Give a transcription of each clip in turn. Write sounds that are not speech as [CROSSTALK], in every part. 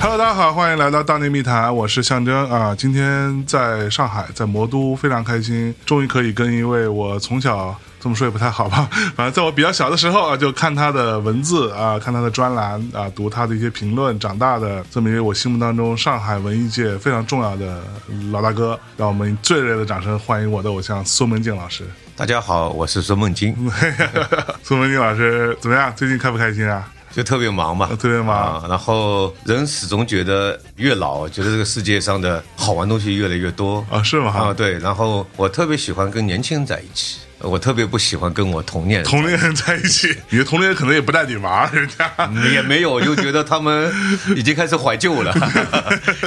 Hello，大家好，欢迎来到大内密谈，我是象征啊。今天在上海，在魔都，非常开心，终于可以跟一位我从小这么说也不太好吧， [LAUGHS] 反正在我比较小的时候啊，就看他的文字啊，看他的专栏啊，读他的一些评论，长大的这么一位我心目当中上海文艺界非常重要的老大哥，让我们最热烈的掌声欢迎我的偶像苏门静老师。 [LAUGHS] 大家好，我是孙梦金， [LAUGHS] 苏门静老师怎么样？最近开不开心啊？就特别忙嘛，特别忙啊然后人始终觉得越老，觉得这个世界上的好玩东西越来越多啊，是吗？啊，对。然后我特别喜欢跟年轻人在一起，我特别不喜欢跟我同年人同龄人在一起，你的同龄人可能也不带你玩儿，人家。也没有，就觉得他们已经开始怀旧 [LAUGHS] 了，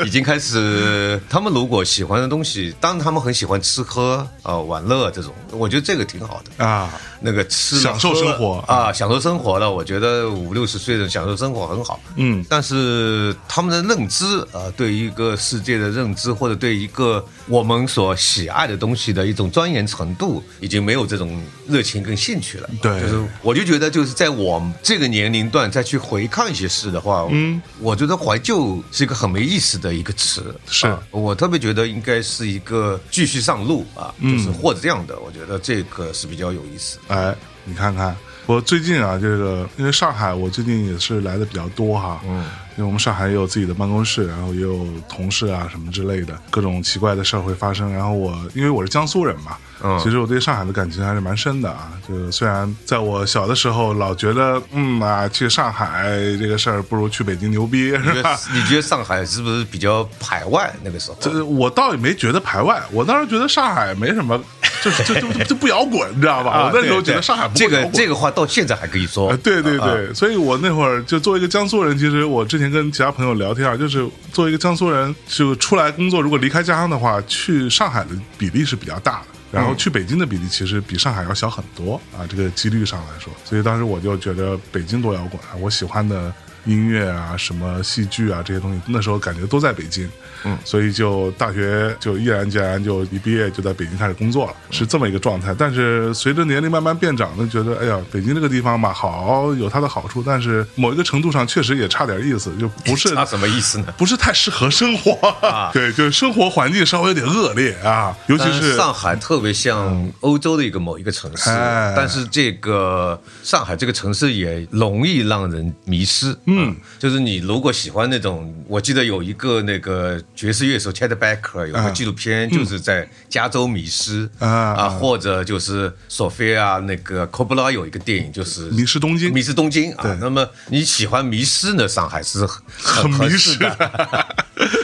已经开始。他们如果喜欢的东西，当然他们很喜欢吃喝啊、呃玩乐这种，我觉得这个挺好的。啊，那个吃了享受喝了生活啊，享受生活了。我觉得五六十岁的人享受生活很好，嗯，但是他们的认知啊，对一个世界的认知，或者对一个我们所喜爱的东西的一种钻研程度，已经没有这种热情跟兴趣了。对就是我就觉得，就是在我这个年龄段再去回看一些事的话，嗯，我觉得怀旧是一个很没意思的一个词，是啊我特别觉得应该是一个继续上路啊，嗯就是或者这样的，我觉得这个是比较有意思的。哎，你看看，我最近啊，这个因为上海，我最近也是来的比较多哈，嗯，因为我们上海也有自己的办公室，然后也有同事啊什么之类的，各种奇怪的事儿会发生。然后我因为我是江苏人嘛，嗯其实我对上海的感情还是蛮深的啊。就是虽然在我小的时候老觉得，嗯啊，去上海这个事儿不如去北京牛逼，你是觉 [LAUGHS] 得吧？你觉得上海是不是比较排外？那个时候，这我倒也没觉得排外，我当时觉得上海没什么，就是就就就不摇滚，你知道吧？啊我那时对候觉得对上海不这摇个滚这个话到现在还可以说啊，，对对啊对，所以我那会儿就作为一个江苏人，其实我之前跟其他朋友聊天啊，就是作为一个江苏人，就出来工作，如果离开家乡的话，去上海的比例是比较大的。然嗯后去北京的比例其实比上海要小很多啊，这个几率上来说，所以当时我就觉得北京多摇滚啊，我喜欢的音乐啊、什么戏剧啊这些东西，那时候感觉都在北京，嗯，所以就大学就毅然决然就一毕业就在北京开始工作了，是这么一个状态。但是随着年龄慢慢变长呢，觉得哎呀，北京这个地方嘛，好有它的好处，但是某一个程度上确实也差点意思，就不 [LAUGHS] 是那什么意思呢？啊不是太适合生活，啊 [LAUGHS] 对，就是生活环境稍微有点恶劣啊，尤其但是呃上海特别像欧洲的一个某一个城市，哎但是这个上海这个城市也容易让人迷失。嗯，就是你如果喜欢那种，我记得有一个那个爵士乐手 Chet Baker 有个纪录片，就是在加州迷失嗯啊啊，或者就是索菲亚那个 c o b l a 有一个电影就是迷失东京迷失东京对啊。那么你喜欢迷失呢，上海是很 [LAUGHS] 很很迷合适失的。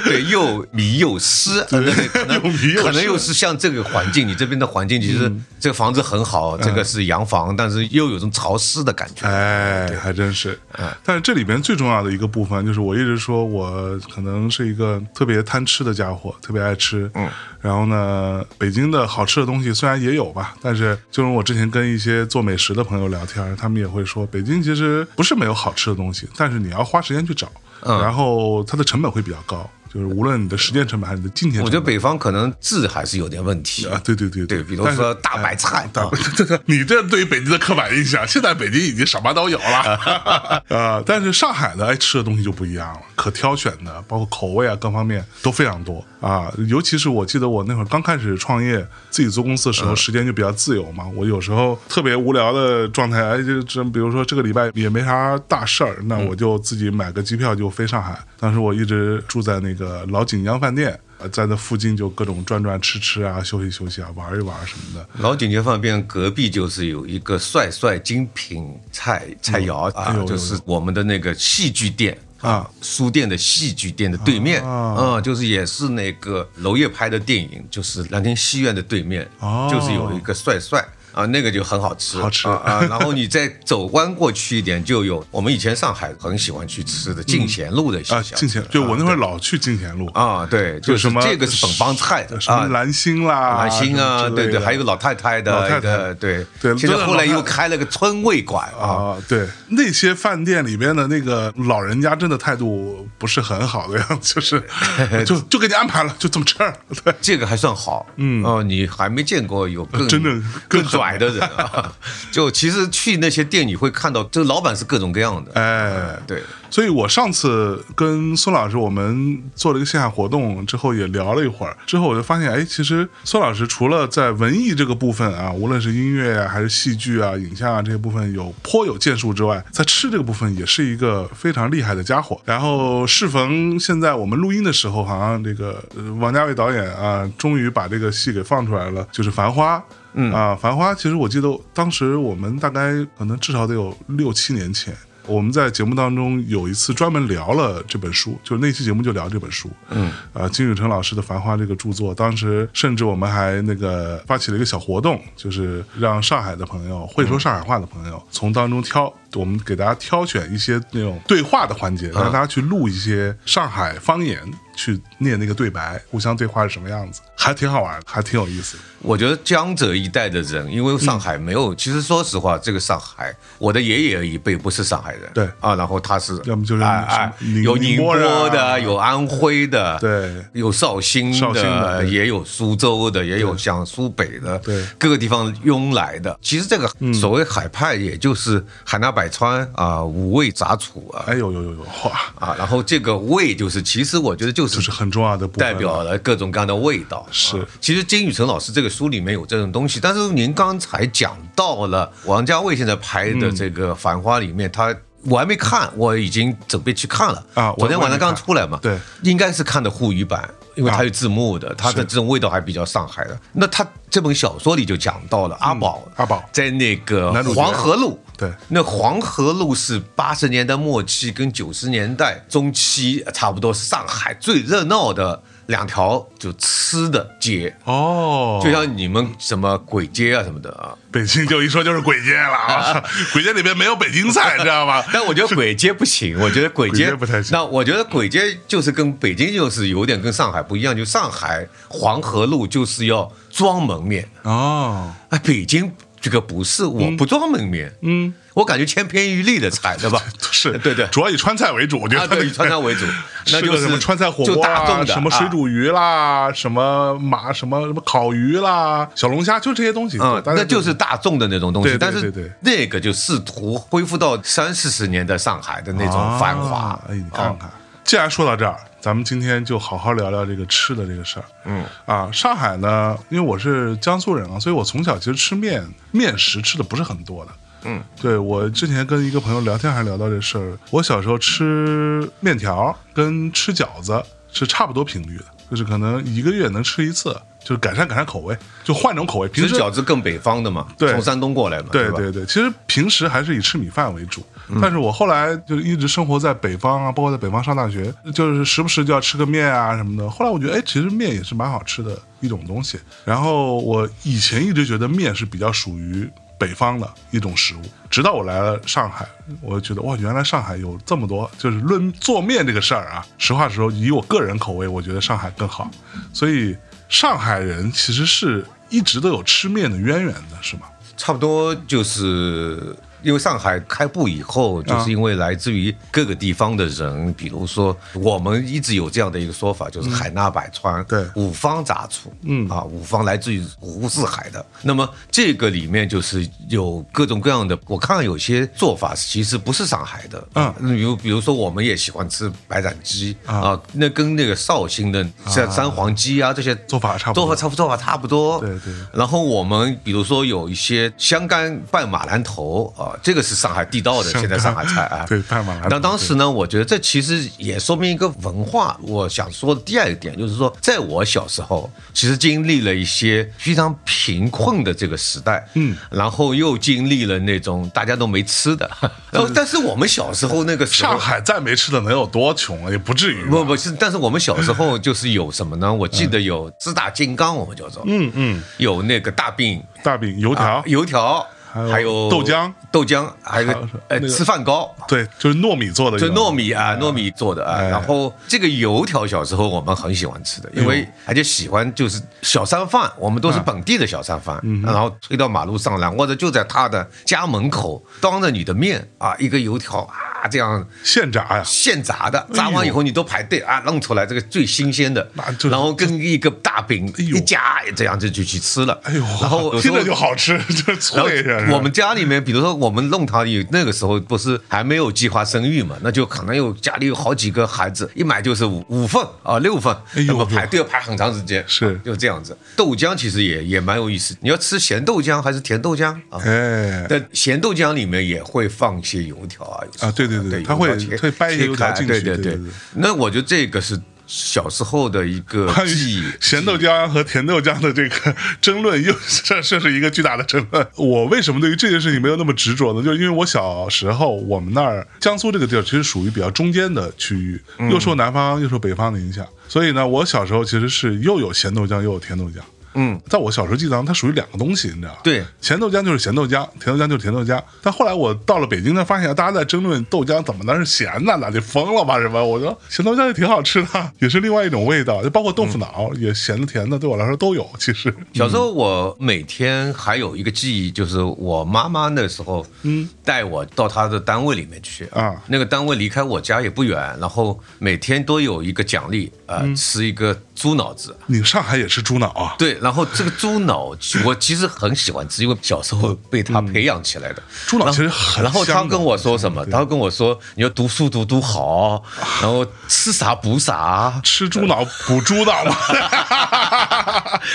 对，又迷又失， [LAUGHS] 可能可能又迷又可能失嗯又是像这个环境，你这边的环境其实这个房子很好，这个是洋房，但是又有种潮湿的感觉。哎，还真是。嗯但是这里边最重要的一个部分，就是我一直说我可能是一个特别贪吃的家伙，特别爱吃。嗯。然后呢，北京的好吃的东西虽然也有吧，但是就是我之前跟一些做美食的朋友聊天，他们也会说，北京其实不是没有好吃的东西，但是你要花时间去找，嗯然后它的成本会比较高，就是无论你的时间成本还是你的金钱成本。我觉得北方可能治还是有点问题啊，对对对对，比如但是哎说大白菜，啊大白，这个你这对于北京的刻板印象，现在北京已经什么都有了。呃，但是上海的爱吃的东西就不一样了，可挑选的，包括口味啊各方面都非常多啊。尤其是我记得我那会儿刚开始创业，自己做公司的时候，时间就比较自由嘛。我有时候特别无聊的状态，哎，就这，比如说这个礼拜也没啥大事儿，那我就自己买个机票就飞上海。当时我一直住在那个老锦江饭店。呃在那附近就各种转转吃吃啊，休息休息啊，玩一玩什么的。老锦江饭店隔壁就是有一个帅帅精品菜菜肴哎呦啊呦，就是我们的那个戏剧店。啊，书店的戏剧店的对面，啊嗯，就是也是那个娄烨拍的电影，就是《蓝天戏院》的对面，哦就是有一个帅帅啊，那个就很好吃，好吃啊啊。然后你再走弯过去一点，就有我们以前上海很喜欢去吃的进贤路的一些嗯啊，小进贤吃，就我那会儿老去进贤路，啊，对，就是什么这个是本帮菜的什啊么，蓝星啦、兰心啊，什么之对类对，的还有个老太太老的太太一个对对现在后来老又太太开了个村味馆啊。啊，对，那些饭店里边的那个老人家真的态度不是很好的样子，就是 [LAUGHS] 就就给你安排了，就这么吃儿，对，这个还算好，嗯，哦，你还没见过有更啊真的更更狠拽的人 [LAUGHS] 啊。就其实去那些店，你会看到，这老板是各种各样的。哎，对，所以我上次跟孙老师我们做了一个线下活动之后，也聊了一会儿，之后我就发现，哎，其实孙老师除了在文艺这个部分啊，无论是音乐啊，还是戏剧啊、影像啊这些部分有颇有建树之外，在吃这个部分也是一个非常厉害的家伙。然后适逢现在我们录音的时候，好像这个呃王家卫导演啊，终于把这个戏给放出来了，就是《繁花》。嗯啊，《繁花》其实我记得当时我们大概可能至少得有六七年前，我们在节目当中有一次专门聊了这本书，就是那期节目就聊这本书。嗯，啊，金宇澄老师的《繁花》这个著作，当时甚至我们还那个发起了一个小活动，就是让上海的朋友会说上海话的朋友、从当中挑。我们给大家挑选一些那种对话的环节，让大家去录一些上海方言，去念那个对白，互相对话是什么样子，还挺好玩，还挺有意思。我觉得江浙一带的人，因为上海没嗯有，其实说实话，这个上海，我的爷爷一辈不是上海人，对啊，然后他是，要么就是哎哎什么宁有宁波宁波人啊的，有安徽的，对，有绍兴绍兴的的，对也有苏州的，也有像苏北的，对嗯各个地方拥来的。其实这个所谓海派，也就是海纳百川啊，五味杂处啊哎呦呦呦呦，哇！啊，然后这个味就是，其实我觉得就是就是很重要的部分，代表了各种各样的味道。是啊其实金宇澄老师这个书里面有这种东西，但是您刚才讲到了王家卫现在拍的嗯这个《繁花》里面，他。我还没看，我已经准备去看了啊我昨天晚我上也看刚出来嘛，对，应该是看的沪语版，因为啊它有字幕的，它的这种味道还比较上海的。那他这本小说里就讲到了阿宝，嗯阿宝在那个男主角黄河路，对那黄河路是八十年代末期跟九十年代中期，呃差不多是上海最热闹的两条就吃的街，哦，就像你们什么鬼街啊什么的啊。北京就一说就是鬼街了 [LAUGHS] 啊，鬼街里边没有北京菜，知道吗？但我觉得鬼街不行，我觉得鬼街 [LAUGHS] 鬼街不太行那我觉得鬼街就是跟北京就是有点跟上海不一样，就上海黄河路就是要装门面，哦，啊，北京这个不是，我不装门面，嗯，我感觉千篇一律的菜， [LAUGHS] 对吧？是，对对。主要以川菜为主，我觉啊，得对，以川菜为主，那 [LAUGHS] 吃就的是什么川菜火就锅大啊，众的什么水啊煮鱼啦，什么马什么什么烤鱼啦，小龙虾，就这些东西，嗯，大家那就是大众的那种东对西，对但对是对那个就试图恢复到三四十年代上海的那种繁华啊。哎，你啊看看，既然说到这儿，咱们今天就好好聊聊这个吃的这个事儿。嗯，啊，上海呢，因为我是江苏人啊，所以我从小其实吃面面食吃的不是很多的。嗯，对我之前跟一个朋友聊天还聊到这事儿，我小时候吃面条跟吃饺子是差不多频率的，就是可能一个月能吃一次，就是改善改善口味，就换种口味。平其时实饺子更北方的嘛，对从山东过来嘛，对吧？对对，其实平时还是以吃米饭为主，但是我后来就一直生活在北方啊，包括在北方上大学，就是时不时就要吃个面啊什么的。后来我觉得，哎，其实面也是蛮好吃的一种东西。然后我以前一直觉得面是比较属于北方的一种食物，直到我来了上海，我就觉得哇，原来上海有这么多，就是论做面这个事儿啊，实话实说，以我个人口味，我觉得上海更好。所以上海人其实是一直都有吃面的渊源的，是吗？差不多就是因为上海开埠以后，啊就是因为来自于各个地方的人，比如说我们一直有这样的一个说法，就是海纳百川，嗯对五方杂处，嗯啊，五方来自于五湖四海的。那么这个里面就是有各种各样的，我看有些做法其实不是上海的，嗯比如比如说我们也喜欢吃白斩鸡啊啊，那跟那个绍兴的像三黄鸡啊这些做法差不多做法差不做法差不多，对对然后我们比如说有一些香干拌马兰头啊，这个是上海地道的，香干现在上海菜啊， [LAUGHS] 对拌马兰头那当时呢，我觉得这其实也说明一个文化。我想说的第二点就是说，在我小时候，其实经历了一些非常贫困的这个时代，嗯，然后又经历了那种大家都没吃 [LAUGHS] 的，然后但是我们小时候那个时候上。海再没吃的能有多穷啊？也不至于吧。不不是，但是我们小时候就是有什么呢？我记得有自打金刚，我们叫做，嗯嗯，有那个大饼，大饼、油条，啊油条，有还有豆浆、豆浆，还有还有个是呃那个吃饭糕，对，就是糯米做的一就种，糯米啊，糯米做的啊。哎然后这个油条小时候我们很喜欢吃的，因哎为而且喜欢就是小商贩，我们都是本地的小商贩，嗯然后推到马路上来，或者就在他的家门口当着你的面啊，一个油条啊。大这样现炸呀，现炸哎的，炸完以后你都排队啊，弄出来这个最新鲜的那就，是然后跟一个大饼哎呦一夹，这样就就去吃了。哎呦，然后有时听候着就好吃， [LAUGHS] 就是然后脆着。是吧我们家里面，比如说我们弄堂里那个时候不是还没有计划生育嘛，那就可能有家里有好几个孩子，一买就是五五份啊六份，哎那呦么排队要排很长时间，是就这样子。豆浆其实也也蛮有意思，你要吃咸豆浆还是甜豆浆啊？哎，但咸豆浆里面也会放一些油条啊，有时候啊对对对对，它会油条切会掰一些油条进去切开对对对对对。那我觉得这个是小时候的一个关记忆于，咸豆浆和甜豆浆的这个 [LAUGHS] 争论，又这这是一个巨大的争论。我为什么对于这件事情没有那么执着呢？就是因为我小时候，我们那儿江苏这个地儿其实属于比较中间的区域，嗯又受南方又受北方的影响，所以呢，我小时候其实是又有咸豆浆又有甜豆浆。嗯，在我小时候记忆当中，它属于两个东西，你知道吧？对咸豆浆就是咸豆浆，甜豆浆就是甜豆浆。但后来我到了北京呢，发现大家在争论豆浆怎么能是咸的，那就疯了吧？什么？我说咸豆浆也挺好吃的，也是另外一种味道，就包括豆腐脑、嗯也咸的甜的，对我来说都有。其实，小时候嗯我每天还有一个记忆，就是我妈妈那时候，嗯，带我到她的单位里面去啊那个单位离开我家也不远，然后每天都有一个奖励，呃，嗯吃一个猪脑子。你上海也吃猪脑啊？对，然后这个猪脑我其实很喜欢吃，因为小时候被她培养起来的。猪脑然后其实很然后她香的跟我说什么？她跟我说你要读书读读好，然后吃啥补啥。 [LAUGHS] 吃猪脑补猪脑 [LAUGHS] 嘛？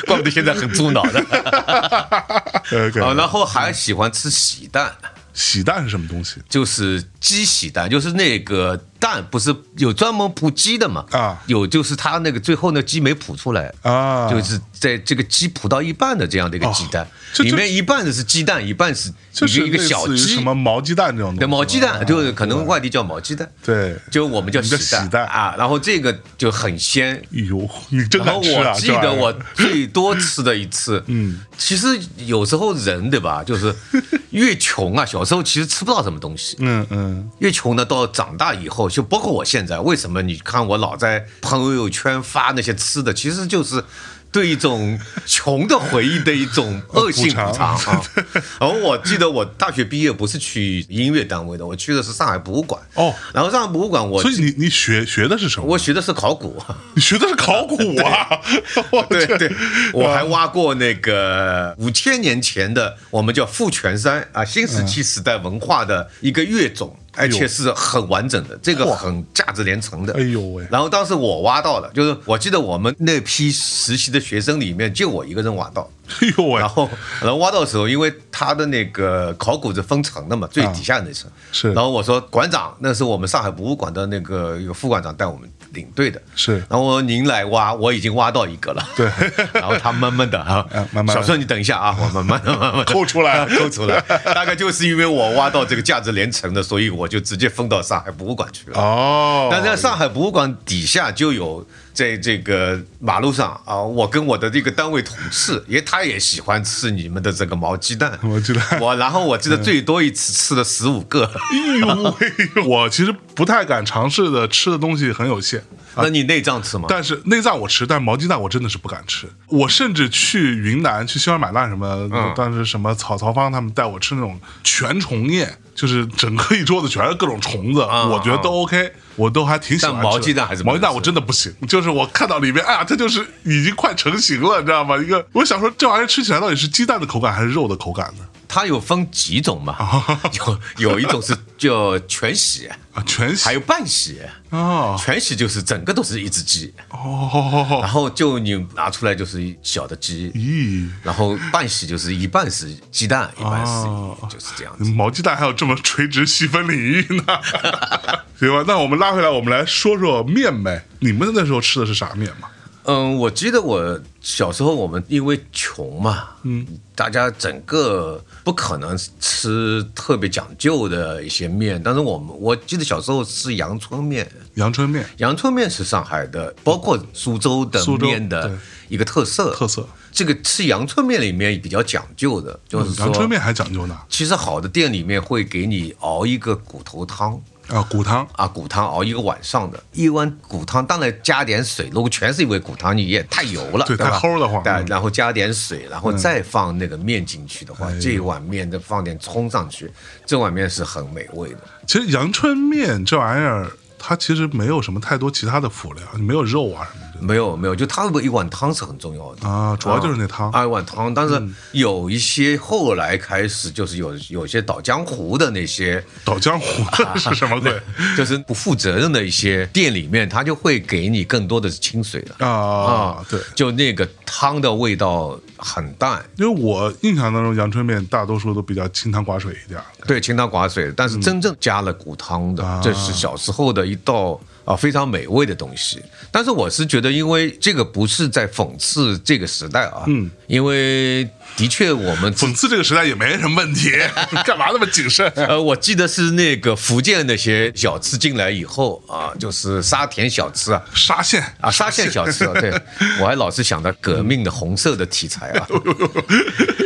怪不得现在很猪脑呢。呃，对啊， [LAUGHS] 然后还喜欢吃喜蛋。喜蛋是什么东西就是鸡喜蛋，就是那个蛋不是有专门孵鸡的嘛？啊有就是它那个最后那鸡没孵出来。啊？哦就是在这个鸡孵到一半的这样的一个鸡蛋，这里就面一半是鸡蛋，一半是就一是个一个小类似于鸡什，么毛鸡蛋这种东西对，吧，毛鸡蛋，就是可能外地叫毛鸡蛋，对。就我们叫你们叫喜蛋喜蛋啊。然后这个就很鲜，哎呦，你真然敢后吃啊！我记这玩意得儿我最多吃的一次，嗯，其实有时候人对吧，就是 [LAUGHS] 越穷啊，小时候其实吃不到什么东西，嗯嗯，越穷呢，到长大以后，就包括我现在，为什么你看我老在朋友圈发那些吃的，其实就是对一种穷的回忆的一种恶性补 [LAUGHS] 补偿啊。然后我记得我大学毕业不是去音乐单位的，我去的是上海博物馆。哦然后上海博物馆我所以你你学学的是什么？我学的是考 [LAUGHS] 古，你学的是考古啊？ [LAUGHS] 我对这对，我还挖过那个五千年前的，我们叫富全山啊，新石器时代文化的一个乐种，而且是很完整的，这个很价值连城的。哎呦喂然后当时我挖到了，就是我记得我们那批实习的学生里面，就我一个人挖到。哎呦喂然，后，然后挖到的时候，因为他的那个考古是分层的嘛，最底下那层、啊是然后我说馆长，那是我们上海博物馆的那个有副馆长带我们领队的。是然后我说您来挖，我已经挖到一个了。对 [LAUGHS] 然后他慢慢的啊嗯，慢慢地小顺你等一下啊，我慢慢的慢慢地 [LAUGHS] 抠出 [LAUGHS] 来抠出来。大概就是因为我挖到这个价值连城的，所以我就直接分到上海博物馆去了。哦，但在上海博物馆底下就有，在这个马路上啊，我跟我的这个单位同事，也他也喜欢吃你们的这个毛鸡 [LAUGHS] 蛋。毛鸡蛋嗯我然后我记得最多一次吃了十五 [LAUGHS] 个。哎呦喂， [LAUGHS] 我其实不太敢尝试的，吃的东西很有限。那你内脏吃吗？但是内脏我吃，但毛鸡蛋我真的是不敢吃。我甚至去云南去西双版纳什么，当时什么草曹芳他们带我吃那种全虫宴，就是整个一桌子全是各种虫子，啊我觉得都 OK，我都还挺喜欢吃的。但毛鸡蛋还是不毛能鸡蛋，我真的不行。就是我看到里面，哎呀，它就是已经快成型了，你知道吗？一个我想说，这玩意儿吃起来到底是鸡蛋的口感还是肉的口感呢？它有分几种嘛？有有一种是叫全洗，啊，全还形有半洗。哦全洗就是整个都是一只鸡，哦，然后就你拿出来就是一小的鸡，咦。然后半洗就是一半是鸡蛋，一半是就是这样子。毛鸡蛋还有这么垂直细分领域呢， [LAUGHS] 行吧？那我们拉回来，我们来说说面呗。你们那时候吃的是啥面嘛？嗯，我记得我小时候，我们因为穷嘛，嗯，大家整个不可能吃特别讲究的一些面，但是我们我记得小时候吃阳春面，阳春面，阳春面是上海的，包括苏州的苏州面对的一个特色。特色这个吃阳春面里面比较讲究嗯的，就是说阳春面还讲究呢。其实好的店里面会给你熬一个骨头汤，啊，骨汤啊，骨汤熬一个晚上的，一碗骨汤，当然加点水。如果全是因为骨汤，你也太油了，对对吧？太齁得慌对嗯然后加点水，然后再放那个面进去的哎话，这一碗面再放点葱上去，这碗面是很美味的。其实阳春面这玩意儿，它其实没有什么太多其他的辅料，没有肉啊什么没有没有，就它一碗汤是很重要的的啊，主要就是那汤。啊，一碗汤。但嗯是有一些后来开始就是有有些倒江湖的那些。倒江湖的是什么鬼就是不负责任的一些店里面，他就会给你更多的是清水了。 [LAUGHS] 啊？对，就那个汤的味道很淡，因为我印象当中阳春面大多数都比较清汤寡水一 [LAUGHS] 点儿。对，清汤寡水，但是真正加了骨汤的，啊这是小时候的一道啊非常美味的东西。但是我是觉得，因为这个不是在讽刺这个时代啊，嗯，因为的确我们讽刺这个时代也没什么问 [LAUGHS] 题，干嘛那么谨慎？呃，我记得是那个福建那些小吃进来以后啊，就是沙田小吃啊，沙县啊，沙县小 [LAUGHS] 吃啊，对我还老是想到革命的红色的题材 [LAUGHS] 啊。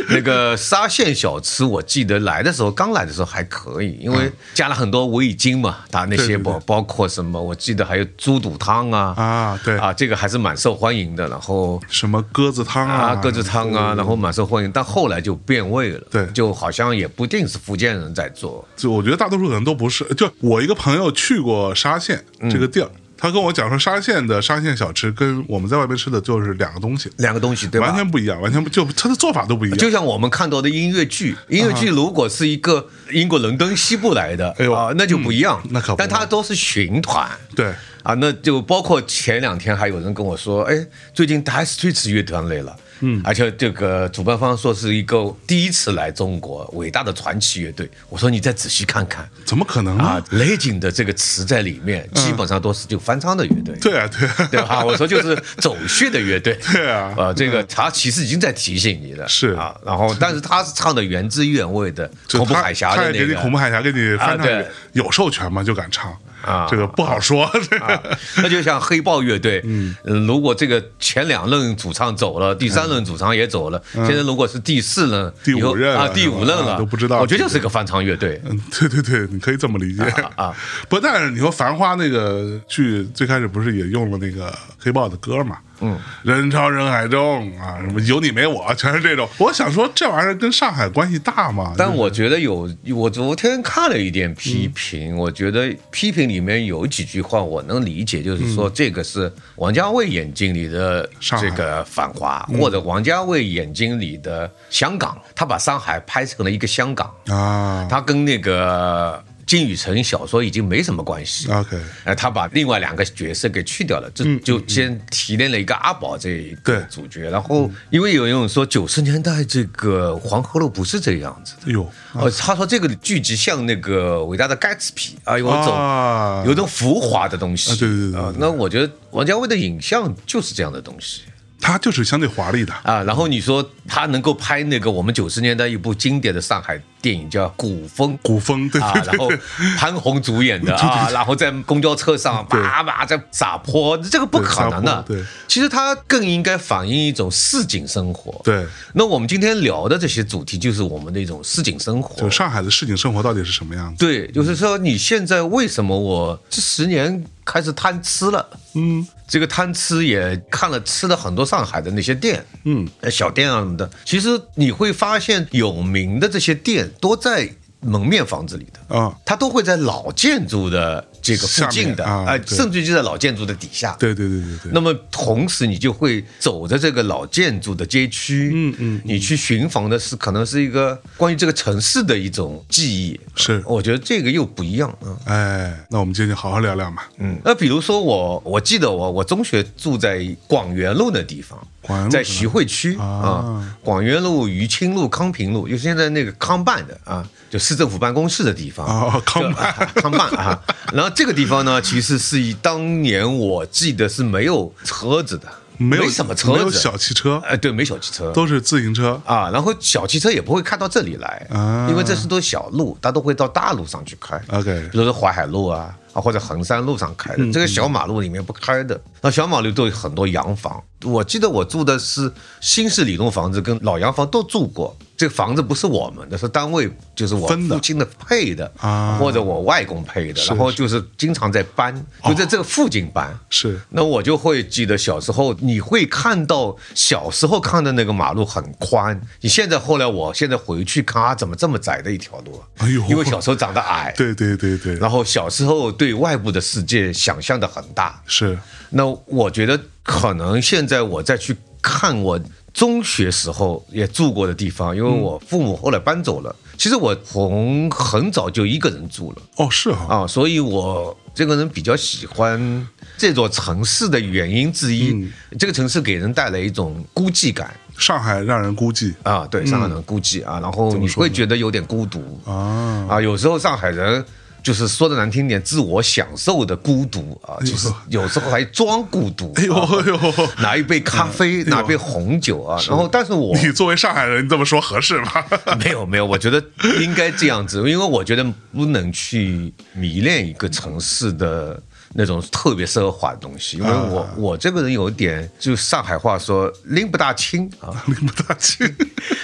那个沙县小吃，我记得来的时候，刚来的时候还可以，因为加了很多味精嘛，它那嗯对些对包包括什么，我记得还有猪肚汤啊，啊对啊，这个还是蛮受欢迎的。然后什么鸽子汤啊，啊，鸽子汤啊，然后蛮受欢迎，但后来就变味了，对就好像也不一定是福建人在做，就我觉得大多数可能都不是。就我一个朋友去过沙县嗯这个地儿，他跟我讲说，沙县的沙县小吃跟我们在外面吃的就是两个东西，两个东西对吧？完全不一样，完全不就他的做法都不一样。就像我们看到的音乐剧，音乐剧如果是一个英国伦敦西部来的，啊哎呦啊，那就不一样，那可不但它都是巡团，对啊，那就包括前两天还有人跟我说，哎，最近 Dire Straits 乐团来了。嗯，而且这个主办方说是一个第一次来中国伟大的传奇乐队。我说你再仔细看看怎么可能呢？啊，legend 的这个词在里面，基本上都是就翻唱的乐队。嗯对啊，对 [LAUGHS] 啊，对吧？我说就是走穴的乐队， [LAUGHS] 对啊呃，这个他其实已经在提醒你了，是啊。然后，但是他是唱的原汁原味的《 [LAUGHS] 就恐怖他海峡》他的也那给你个恐怖海峡给你翻啊唱对，有授权吗？就敢唱啊这个不好说。这个啊，那就像黑豹乐队，嗯，如果这个前两任主唱走了，第三任主唱也走了，现在如果是第四任、嗯第五以后任了啊，第五任是吧了，啊都不知道我觉得就是个翻唱乐队，嗯， [LAUGHS] 对对对，你可以这么理解啊。 [LAUGHS] 不，但是你说《繁花》那个剧最开始不是也用了那个黑豹的歌嘛？嗯，人潮人海中啊，什么有你没我，全是这种。我想说，这玩意儿跟上海关系大吗？但我觉得有，我昨天看了一点批评，嗯我觉得批评里面有几句话我能理解，就是说这个是王家卫眼睛里的上海嗯这个繁华，或者王家卫眼睛里的香港，他把上海拍成了一个香港，啊他跟那个金宇澄小说已经没什么关系。 ，OK，呃，他把另外两个角色给去掉了，就就先提炼了一个阿宝这一个嗯对主角。然后，因为有人说九十年代这个黄河路不是这个样子的。哎呦，哦，他说这个剧集像那个《伟大的盖茨比》啊，有种、啊有种浮华的东西。啊对对对对啊那我觉得王家卫的影像就是这样的东西它就是相对华丽的。啊。然后你说他能够拍那个我们九十年代一部经典的上海电影叫《古风》。古风，对啊 [LAUGHS] 对，然对后对，潘虹主演 [LAUGHS] 的啊，然后在公交车上叭叭在撒泼，这个不可能的。对撒泼对，其实它更应该反映一种市井生活。对，那我们今天聊的这些主题就是我们的一种市井生活。就上海的市井生活到底是什么样子？对，就是说你现在为什么我这十年开始贪吃了？嗯，这个贪吃也看了吃了很多上海的那些店，嗯，小店啊什么的。其实你会发现有名的这些店都在门面房子里的。啊，它都会在老建筑的这个附近的，下面啊呃对甚至就在老建筑的底下。对对对对对。那么同时，你就会走着这个老建筑的街区，嗯嗯，你去寻访的是可能是一个关于这个城市的一种记忆，是我觉得这个又不一样啊。哎，那我们今天就好好聊聊嘛。嗯，那比如说我，我记得我我中学住在广元路那地方，广元路在是哪徐汇区啊啊，广元路、余清路、康平路，就是现在那个康办的啊，就市政府办公室的地方哦康就办啊康办啊。然后这个地方呢，其实是以当年我记得是没有车子的，没有什么车子，没有小 [LAUGHS] 汽车，哎，对，没小汽车。都是自行车。啊，然后小汽车也不会开到这里来，啊因为这是都小路，它都会到大路上去开。 OK 比如说淮海路啊，啊或者衡山路上开的，嗯这个小马路里面不开的。那小马路都有很多洋房，我记得我住的是新式里弄房子，跟老洋房都住过。这房子不是我们的，是单位就是我分的父亲的配的啊或者我外公配的，是然后就是经常在搬，就在这个附近搬。是那我就会记得小时候，你会看到小时候看的那个马路很宽，你现在后来我现在回去看啊，怎么这么窄的一条路啊？哎呦因为小时候长得矮，对对对对，然后小时候对外部的世界想象的很大，是那我觉得可能现在我再去看我中学时候也住过的地方，因为我父母后来搬走了。其实我从很早就一个人住了哦是哈，啊，所以我这个人比较喜欢这座城市的原因之一，这个城市给人带来一种孤寂感。上海让人估计啊，对，上海人孤寂啊，然后你会觉得有点孤独啊，啊，有时候上海人。就是说的难听点，自我享受的孤独啊，就是有时候还装孤独。啊哎呦嗯哎呦，拿一杯咖啡，拿杯红酒啊，然后但是我你作为上海人，你这么说合适吗？ [LAUGHS] 没有没有，我觉得应该这样子，因为我觉得不能去迷恋一个城市的那种特别奢华的东西，因为我、啊我这个人有点就上海话说拎不大清啊，拎不大清，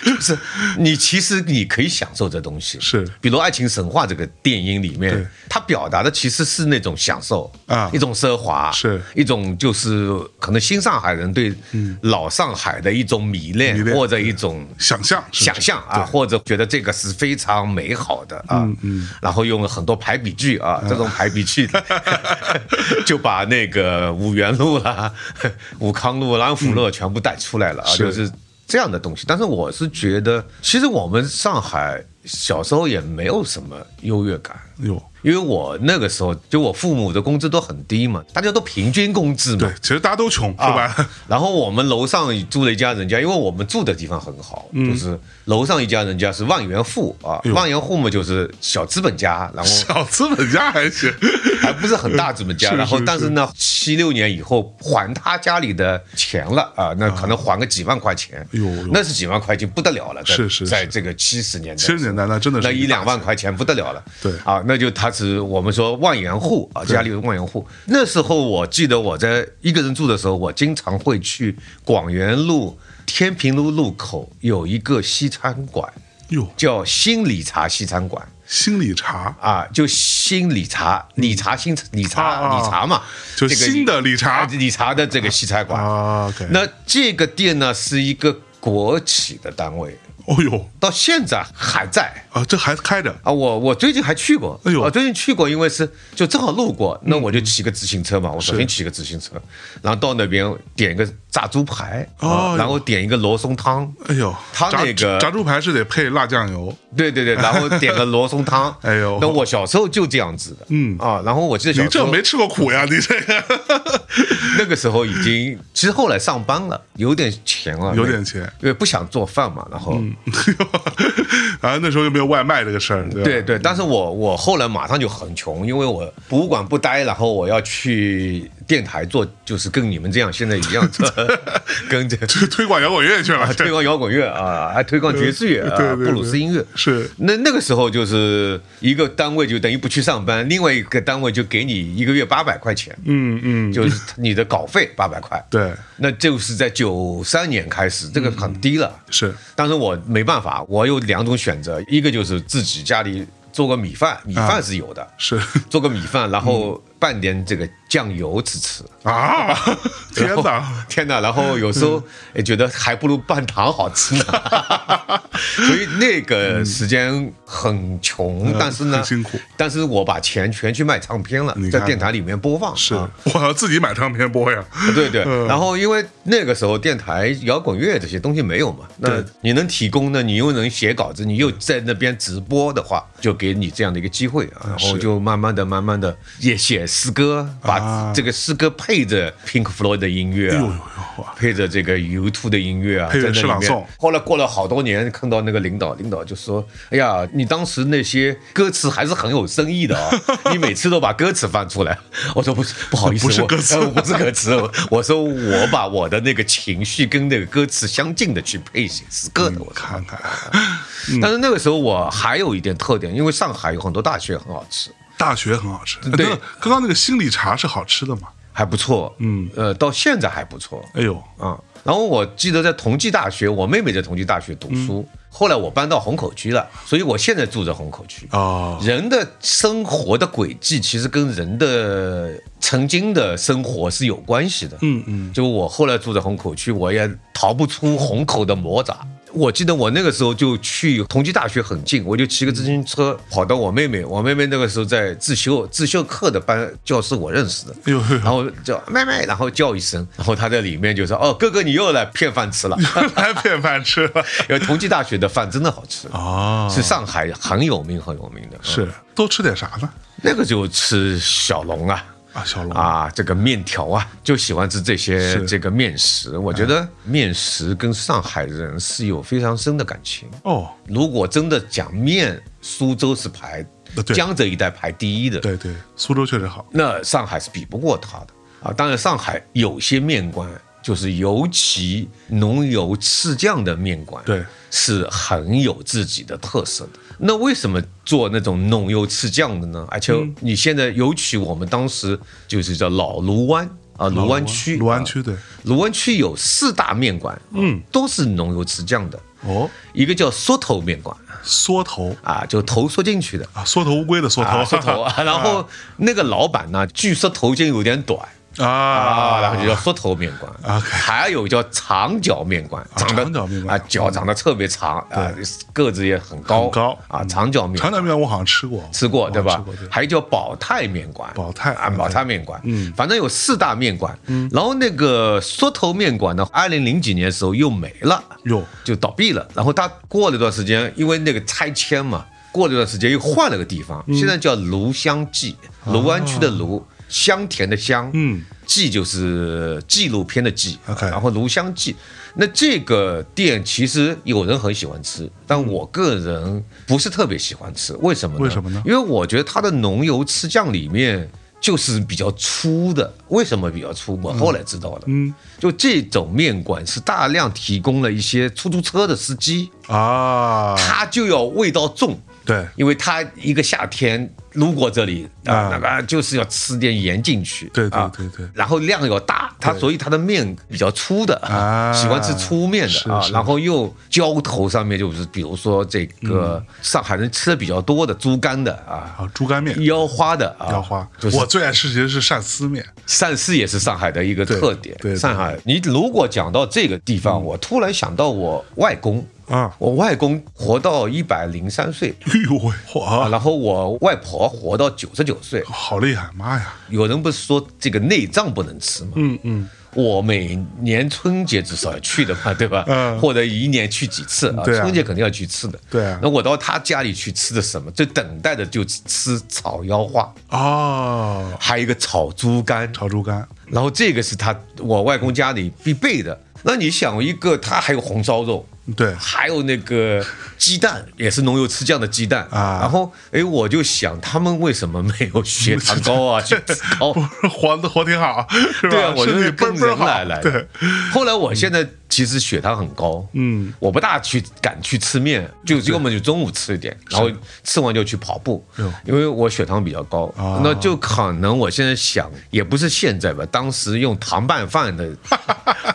就是你其实你可以享受这东西，是比如《爱情神话》这个电影里对面，它表达的其实是那种享受啊一种奢华，是嗯一种就是可能新上海人对老上海的一种迷恋，迷恋或者一种想象是想象啊，或者觉得这个是非常美好的啊，嗯然后用了很多排比句啊，这种排比句 [LAUGHS] [LAUGHS] 就把那个五原路啦、 [LAUGHS] 武康路、安福路全部带出来了啊，嗯是就是这样的东西。但是我是觉得，其实我们上海小时候也没有什么优越感。哟，因为我那个时候，就我父母的工资都很低嘛，大家都平均工资嘛对，，其实大家都穷，是 [LAUGHS] 吧？啊然后我们楼上住了一家人家，因为我们住的地方很好，就是楼上一家人家是万元户啊，嗯哎呦万元户嘛就是小资本家，然后小资本家还行，还不是很大资本家，嗯是然后是但是呢，七六年以后还他家里的钱了啊，那可能还个几万块钱，哎呦那是几万块钱不得了了，在是是是在这个七十年代的时七候，十年代那真的是那一大两万块钱不得了了。对啊，那就他是我们说万元户啊，家里有万元户。那时候我记得我在一个人住的时候，我经常会去广元路、天平路路口有一个西餐馆，哟，叫新理茶西餐馆。心理茶啊，就新理茶，理茶新理啊茶啊理茶嘛，就这个新的理茶啊理茶的这个西餐馆。啊，OK，那这个店呢是一个国企的单位，哦呦到现在还在。啊，这还开着，啊，我我最近还去过，啊哎呦嗯我最近去过，因为是就正好路过，那我就骑个自行车嘛，我首先骑个自行车，然后到那边点一个炸猪排，哦啊然后点一个罗宋汤，哎呦，他炸那个炸猪排是得配辣酱油，对对对，然后点个罗宋汤， [LAUGHS] 哎呦那我小时候就这样子的，嗯啊，然后我记得小你时候这没吃过苦呀，你这个 [LAUGHS] [LAUGHS] 那个时候已经，其实后来上班了，有点钱了，有点钱嗯因为不想做饭嘛，然后。啊，那时候又没有外卖这个事儿，吧对对，但是我我后来马上就很穷，因为我博物馆不待，然后我要去电台做，就是跟你们这样现在一样 [LAUGHS] 做，跟这就推 [LAUGHS] 广摇滚乐去了，啊推广摇滚乐啊，还推广爵士乐啊，对对对布鲁斯音乐是那那个时候就是一个单位就等于不去上班，另外一个单位就给你一个月八百块钱，嗯嗯，就是你的稿费八百块。对，那就是在九三年开始，这个很低了。是当时我没办法，我有两种选择，一个就是自己家里做个米饭，米饭是有的，是做个米饭，然后拌点这个酱油吃吃。 [LAUGHS] 啊，天然后哪，嗯天哪！然后有时候也觉得还不如拌糖好吃 [LAUGHS] 呢，所以那个时间很穷，但是呢嗯很辛苦。但是我把钱全去卖唱片了你，看在电台里面播放是啊我要自己买唱片播呀， [LAUGHS] 对啊对嗯，然后因为那个时候电台摇滚乐这些东西没有嘛，那对你能提供呢，你又能写稿子，你又在那边直播的话，就给你这样的一个机会啊，然后就慢慢的、慢慢的也写诗歌，啊把这个诗歌配着 Pink Floyd 的音乐哎呦呦啊。呦啊，配着这个 U t 的音乐啊，配着在那诗朗里诵面。后来过了好多年，看到那个领导，领导就说：“哎呀，你当时那些歌词还是很有深意的 [LAUGHS] 啊、你每次都把歌词翻出来。”我说：“不是，不好意思，不是我歌词呃我不是歌词。我”我说：“我把我的那个情绪跟那个歌词相近的去配写诗嗯歌的。”我说。看看嗯但是那个时候我还有一点特点，因为上海有很多大学很好吃。大学很好吃，哎对那刚刚那个心理茶是好吃的吗？还不错，嗯，呃，到现在还不错，哎呦，啊、然后我记得在同济大学，我妹妹在同济大学读书，后来我搬到虹口区了，所以我现在住在虹口区。 [LAUGHS] 啊，人的生活的轨迹其实跟人的曾经的生活是有关系的。嗯嗯，就我后来住在虹口区，我也逃不出虹口的魔爪。我记得我那个时候就去同济大学很近，我就骑个自行车跑到我妹妹， [LAUGHS] 我妹妹那个时候在自修自修课的班教室，我认识 [LAUGHS] 的。哎呦，嘿然后叫妹妹，然后叫一声，然后她在里面就说：“哦，哥哥你又来骗饭吃了。来骗饭吃了”因为同济大学的饭真的好 [LAUGHS] 吃，啊，是上海很有名很有名的。嗯是都吃点啥呢？那个就吃小龙啊。啊，小龙啊，这个面条啊，就喜欢吃这些是哎这个面食。我觉得面食跟上海人是有非常深的感情。哦，如果真的讲面，苏州是排呃对江浙一带排第一的，对对，苏州确实好，那上海是比不过它的啊。当然，上海有些面馆就是尤其浓油赤酱的面馆，对，是很有自己的特色的。那为什么做那种浓油赤酱的呢？而且你现在尤其我们当时就是叫老卢湾啊，卢湾区，卢湾啊，区对，卢湾区有四大面馆，嗯，都是浓油赤酱的。哦，一个叫缩头面馆缩头啊，就头缩进去的，啊，缩头乌龟的缩头，啊，缩头。啊，然后那个老板呢，据说头巾有点短。 [LAUGHS] 啊，啊，然后就叫缩头面馆， OK 还有叫长脚面馆，长得长脚面馆啊，脚长得特别长啊，个子也很高，很高啊，长脚面长脚面我好像吃过，吃过我对吧哦吃过对？还有叫宝泰面馆，宝泰啊， ，OK 宝泰面馆，嗯，反正有四大面馆，嗯，然后那个缩头面馆呢，二零零几年的时候又没了，哟就倒闭了。然后他过了一段时间，因为那个拆迁嘛，过了一段时间又换了个地嗯方，现在叫庐湘记，卢湾区的卢，香甜的香，啊嗯，记就是纪录片的纪 OK 然后《炉香记》。那这个店其实有人很喜欢吃，但嗯我个人不是特别喜欢吃，为什么呢？为什么呢嗯因为我觉得它的浓油赤酱里面就是比较粗的。为什么比较粗？我后来知道了，嗯，就这种面馆是大量提供了一些出租车的司机，啊，他就要味道重。对，因为他一个夏天路过这里啊，啊那个就是要吃点盐进去，对对啊对对然后量要大，他所以他的面比较粗的，啊喜欢吃粗面是的啊，是然后又浇头上面就是比如说这个嗯上海人吃的比较多的猪肝的啊。啊，猪肝面。 [LAUGHS] 腰花的啊，腰花就，是我最爱吃其实是鳝 [LAUGHS] 丝面，鳝丝也是上海的一个特点。对对对嗯上海，你如果讲到这个地方，我突然想到我外公啊我外公活到一百零三岁，哎呦喂，哇，然后我外婆活到九十九岁。好厉害，妈呀，有人不是说这个内脏不能吃吗？嗯嗯，我每年春节至少要去的嘛，对 [LAUGHS] 吧？嗯或者一年去几次啊？对啊春节肯定要去吃的。对啊那我到他家里去吃的什么？最等待的就吃炒腰花，哦，还有一个炒猪肝。炒猪肝，然后这个是他我外公家里必备的。那你想一个，他还有红烧肉， [LAUGHS] 对，还有那个鸡蛋，也是浓油赤酱的鸡蛋啊然后，哎，我就想他们为什么没有血糖高啊、血脂高不？是活的活挺好，是吧？对啊，我身就体是倍跟儿倍儿人好来来的对，。后来我现在其实血糖很高，嗯，我不大去敢去吃面，就要么就中午吃一点，然后吃完就去跑步哎呦，因为我血糖比较高啊，那就可能我现在想也不是现在吧，当时用糖拌饭 [LAUGHS] 的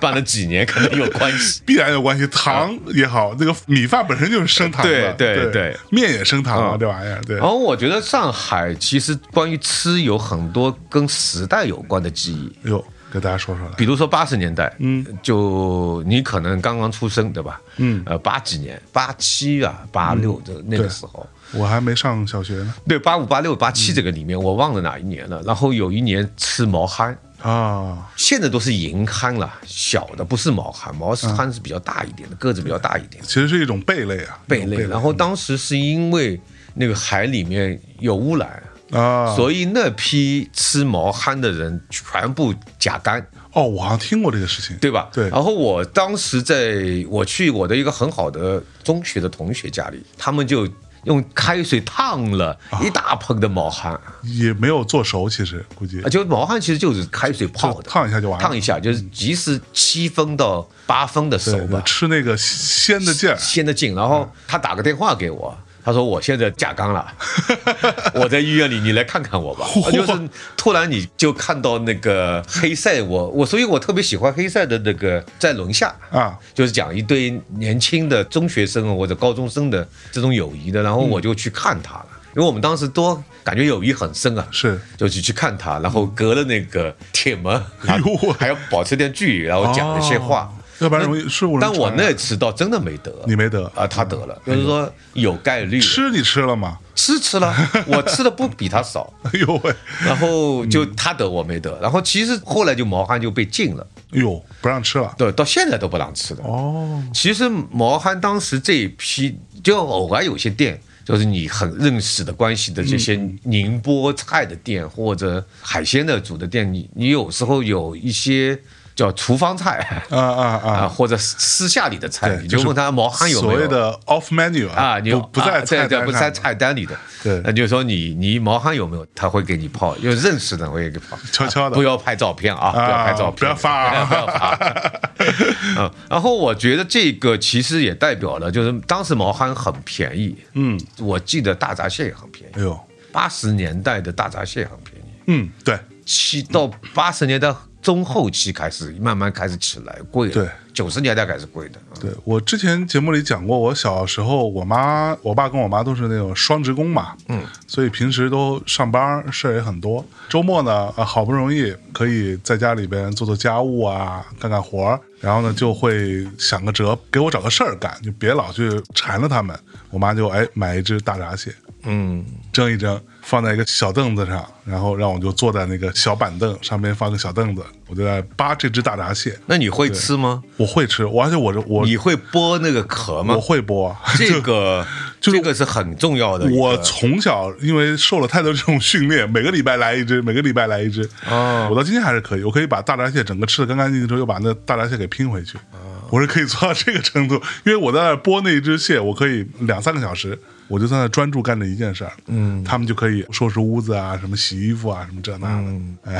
拌了几年可能有关系。必然有关系，糖也好，那个米饭本身就是升糖的，啊对对对对，面也升糖啊，嗯这玩意儿，对然，后我觉得上海其实关于吃有很多跟时代有关的记忆，哟，给大家说说来，比如说八十年代，嗯，就你可能刚刚出生，对吧？嗯，呃，八几年，八七啊，八六的那个对时候，我还没上小学呢对，八五、八六、八七这个里面，我忘了哪一年了。然后有一年吃毛蚶，啊，现在都是银蚶了，小的不是毛蚶，毛蚶是比较大一点的，个子比较大一点，其实是一种贝类啊，贝类。然后当时是因为那个海里面有污染。啊，所以那批吃毛蚶的人全部甲肝，哦，我好像听过这个事情，对吧？对然后我当时在我去我的一个很好的中学的同学家里，他们就用开水烫了啊一大盆的毛蚶，啊，也没有做熟，其实估计就毛蚶其实就是开水泡的，烫一下就完了，烫一下就是即使七分到八分的熟对对吧，吃那个鲜的劲儿，鲜的劲。然后他打个电话给我。他说我现在架杠 [LAUGHS] 了，我在医院里，你来看看我吧。就是突然你就看到那个黑塞，我我所以我特别喜欢黑塞的那个在轮下啊，就是讲一对年轻的中学生或者高中生的这种友谊的，然后我就去看他了。因为我们当时都感觉友谊很深啊，是就去去看他，然后隔了那个铁门，然后哎呦 [LAUGHS] 喂还要保持点距离，然后讲一些话，哦要不然容易事物人但我传染啊那次倒真的没得，你没得啊，他得了，就是说有概率的吃你吃了吗？吃吃 [LAUGHS] 了，我吃的不比他少，哎呦喂，然后就他得我没得，然后其实后来就毛汗就被禁了，哎呦，不让吃了。对，到现在都不让吃的。哦，其实毛汗当时这一批，就偶尔有些店，就是你很认识的关系的这些宁波菜的店或者海鲜的煮的店，你你有时候有一些叫厨房菜啊啊啊，啊！或者私下里的菜，对你就就是问他毛汗有没所谓有。的 off menu 啊，你不不在啊对菜对单不在上，菜单里的，对那就是说你你毛汗有没有？他会给你泡，因为认识的我也给泡，悄悄的不要拍照片啊，不要拍照片，不要发啊不要 [LAUGHS] 发。嗯，然后我觉得这个其实也代表了，就是当时毛汗很便宜，嗯，我记得大闸蟹也很便宜，哎呦，八十年代的大闸蟹很便宜，嗯，对，七到八十年代中后期开始慢慢开始起来贵了，对，九十年代开始贵的，嗯对我之前节目里讲过，我小时候，我妈、我爸跟我妈都是那种双职工嘛，嗯，所以平时都上班，事儿也很多。周末呢，啊，好不容易可以在家里边做做家务啊，干干活儿，然后呢就会想个辙，给我找个事儿干，就别老去缠着他们。我妈就哎买一只大闸蟹，嗯。蒸一蒸，放在一个小凳子上，然后让我就坐在那个小板凳上面放个小凳子，我就在扒这只大闸蟹。那你会吃吗？我会吃，我而且我这我你会剥那个壳吗我？会剥。这个 [LAUGHS] 就是这个是很重要的一个。我从小因为受了太多这种训练，每个礼拜来一 [LAUGHS] 只，每个礼拜来一只。哦我到今天还是可以，我可以把大闸蟹整个吃的干干净净之后，又把那大闸蟹给拼回去。我是可以做到这个程度，因为我在那儿剥那一只蟹，我可以两三个小时，我就在那儿专注干这一件事儿。嗯，他们就可以收拾屋子啊，什么洗衣服啊，什么这那的。 [LAUGHS]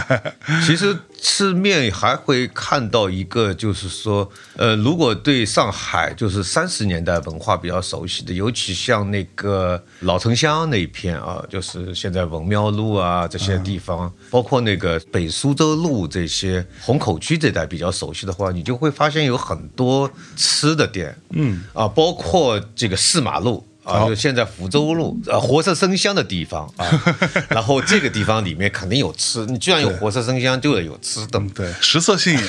哎，其实吃面还会看到一个，就是说，呃，如果对上海就是三十年代文化比较熟悉的，尤其像那个老城厢那一片啊，就是现在文庙路啊这些地方，包括那个北苏州路这些虹口区这带比较熟悉的话，你就会发现有很多吃的店，嗯，啊，包括这个四马路。啊，好就现在福州路，呃，活色生香的地方啊， [LAUGHS] 然后这个地方里面肯定有吃，你既然有活色生香，就得有吃 [LAUGHS] 的。对，食色性 [LAUGHS] 也。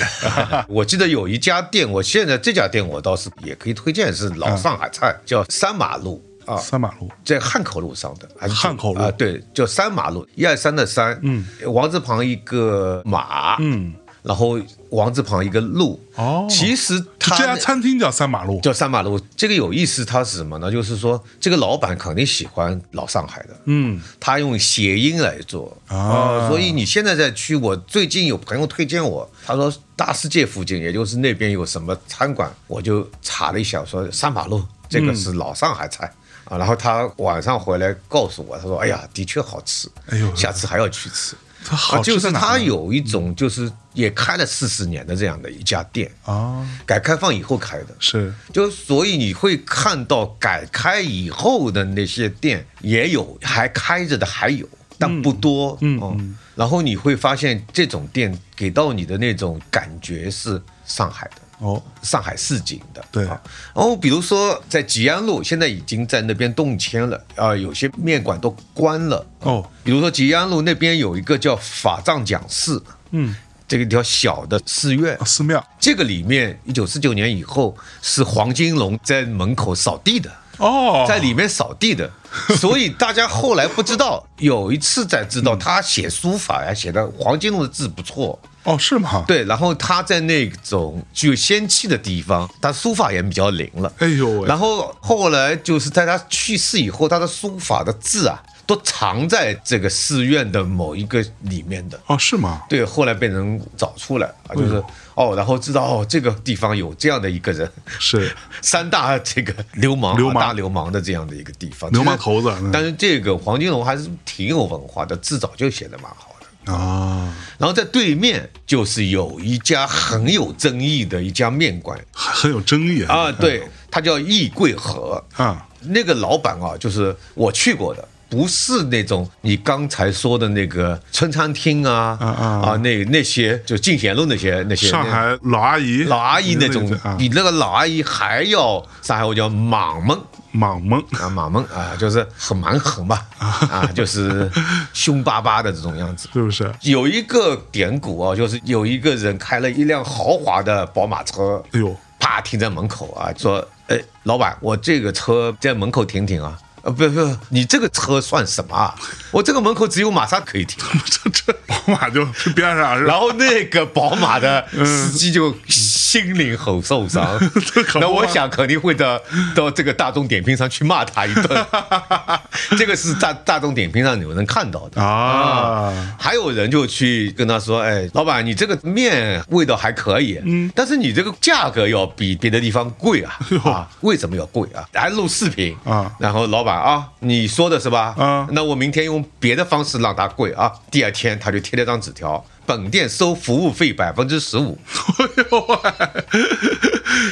我记得有一家店，我现在这家店我倒是也可以推荐，是老上海菜，叫三马路啊，三马路，在汉口路上的，还是汉口路啊？对，叫三马路，一二三的三，嗯，王字旁一个马，嗯，然后王字旁一个路，哦其实这它家餐厅叫三马路。叫三马路，这个有意思，它是什么呢？就是说，这个老板肯定喜欢老上海的，嗯，他用谐音来做啊呃所以你现在再去，我最近有朋友推荐我，他说大世界附近，也就是那边有什么餐馆，我就查了一下，我说三马路这嗯个是老上海菜。啊，然后他晚上回来告诉我，他说：“哎呀，的确好吃，哎呦下次还要去吃。”它好啊吃就是在哪呢他有一种就是也开了四十年的这样的一家店，啊，改革开放以后开的，是就所以你会看到改开以后的那些店也有还开着的还有，但不多。嗯，然后你会发现这种店给到你的那种感觉是上海的。哦，上海市井的，对啊然后比如说在吉安路，现在已经在那边动迁了，啊、有些面馆都关了。哦，比如说吉安路那边有一个叫法藏讲寺，嗯，这个一条小的寺院，寺庙这个里面，一九四九年以后是黄金龙在门口扫地的，哦，在里面扫地的，所以大家后来不知道，有一次才知道他写书法呀，写的黄金龙的字不错。哦，是吗？对，然后他在那种具有仙气的地方，他书法也比较灵了。哎呦喂然后后来就是在他去世以后，他的书法的字啊，都藏在这个寺院的某一个里面的。哦，是吗？对，后来被人找出来啊，就是哦，然后知道哦，这个地方有这样的一个人， [LAUGHS] 是三大这个 [LAUGHS] 流氓、啊流氓大流氓的这样的一个地方，流氓其实头子嗯但是这个黄金龙还是挺有文化的，字早就写的蛮好的。啊，然后在对面就是有一家很有争议的一家面馆哎很很有争议啊啊，对，它叫易贵和。啊，那个老板啊，就是我去过的。不是那种你刚才说的那个春餐厅啊啊啊啊那那些就进贤路那些那些上海老阿姨，老阿姨那种，嗯啊，比那个老阿姨还要上海话叫莽蒙莽蒙，啊，莽蒙啊，就是很蛮横吧啊，就是凶巴巴的这种样子。是不是？ [LAUGHS] 有一个典故啊，就是有一个人开了一辆豪华的宝马车，哎呦，啪停在门口啊，说：“哎，老板，我这个车在门口停停啊。”啊，不不，你这个车算什么啊？ [LAUGHS] 我这个门口只有玛莎可以停。 [LAUGHS] 这这宝马就去边上是吧？然后那个宝马的司机就心灵很受 [LAUGHS] 伤可不，嘛啊那我想肯定会到到这个大众点评上去骂他一 [LAUGHS] 顿，这个是大大众点评上有人看到的。啊，还有人就去跟他说：“哎，老板，你这个面味道还可以，嗯，但是你这个价格要比别的地方贵 [LAUGHS] 啊，啊，为什么要贵啊？”还录视频啊然后老板啊，你说的是吧？啊那我明天用别的方式让它贵啊。第二天他就贴了张纸条，本店收服务费百分之十 [LAUGHS] 五，哎呦喂，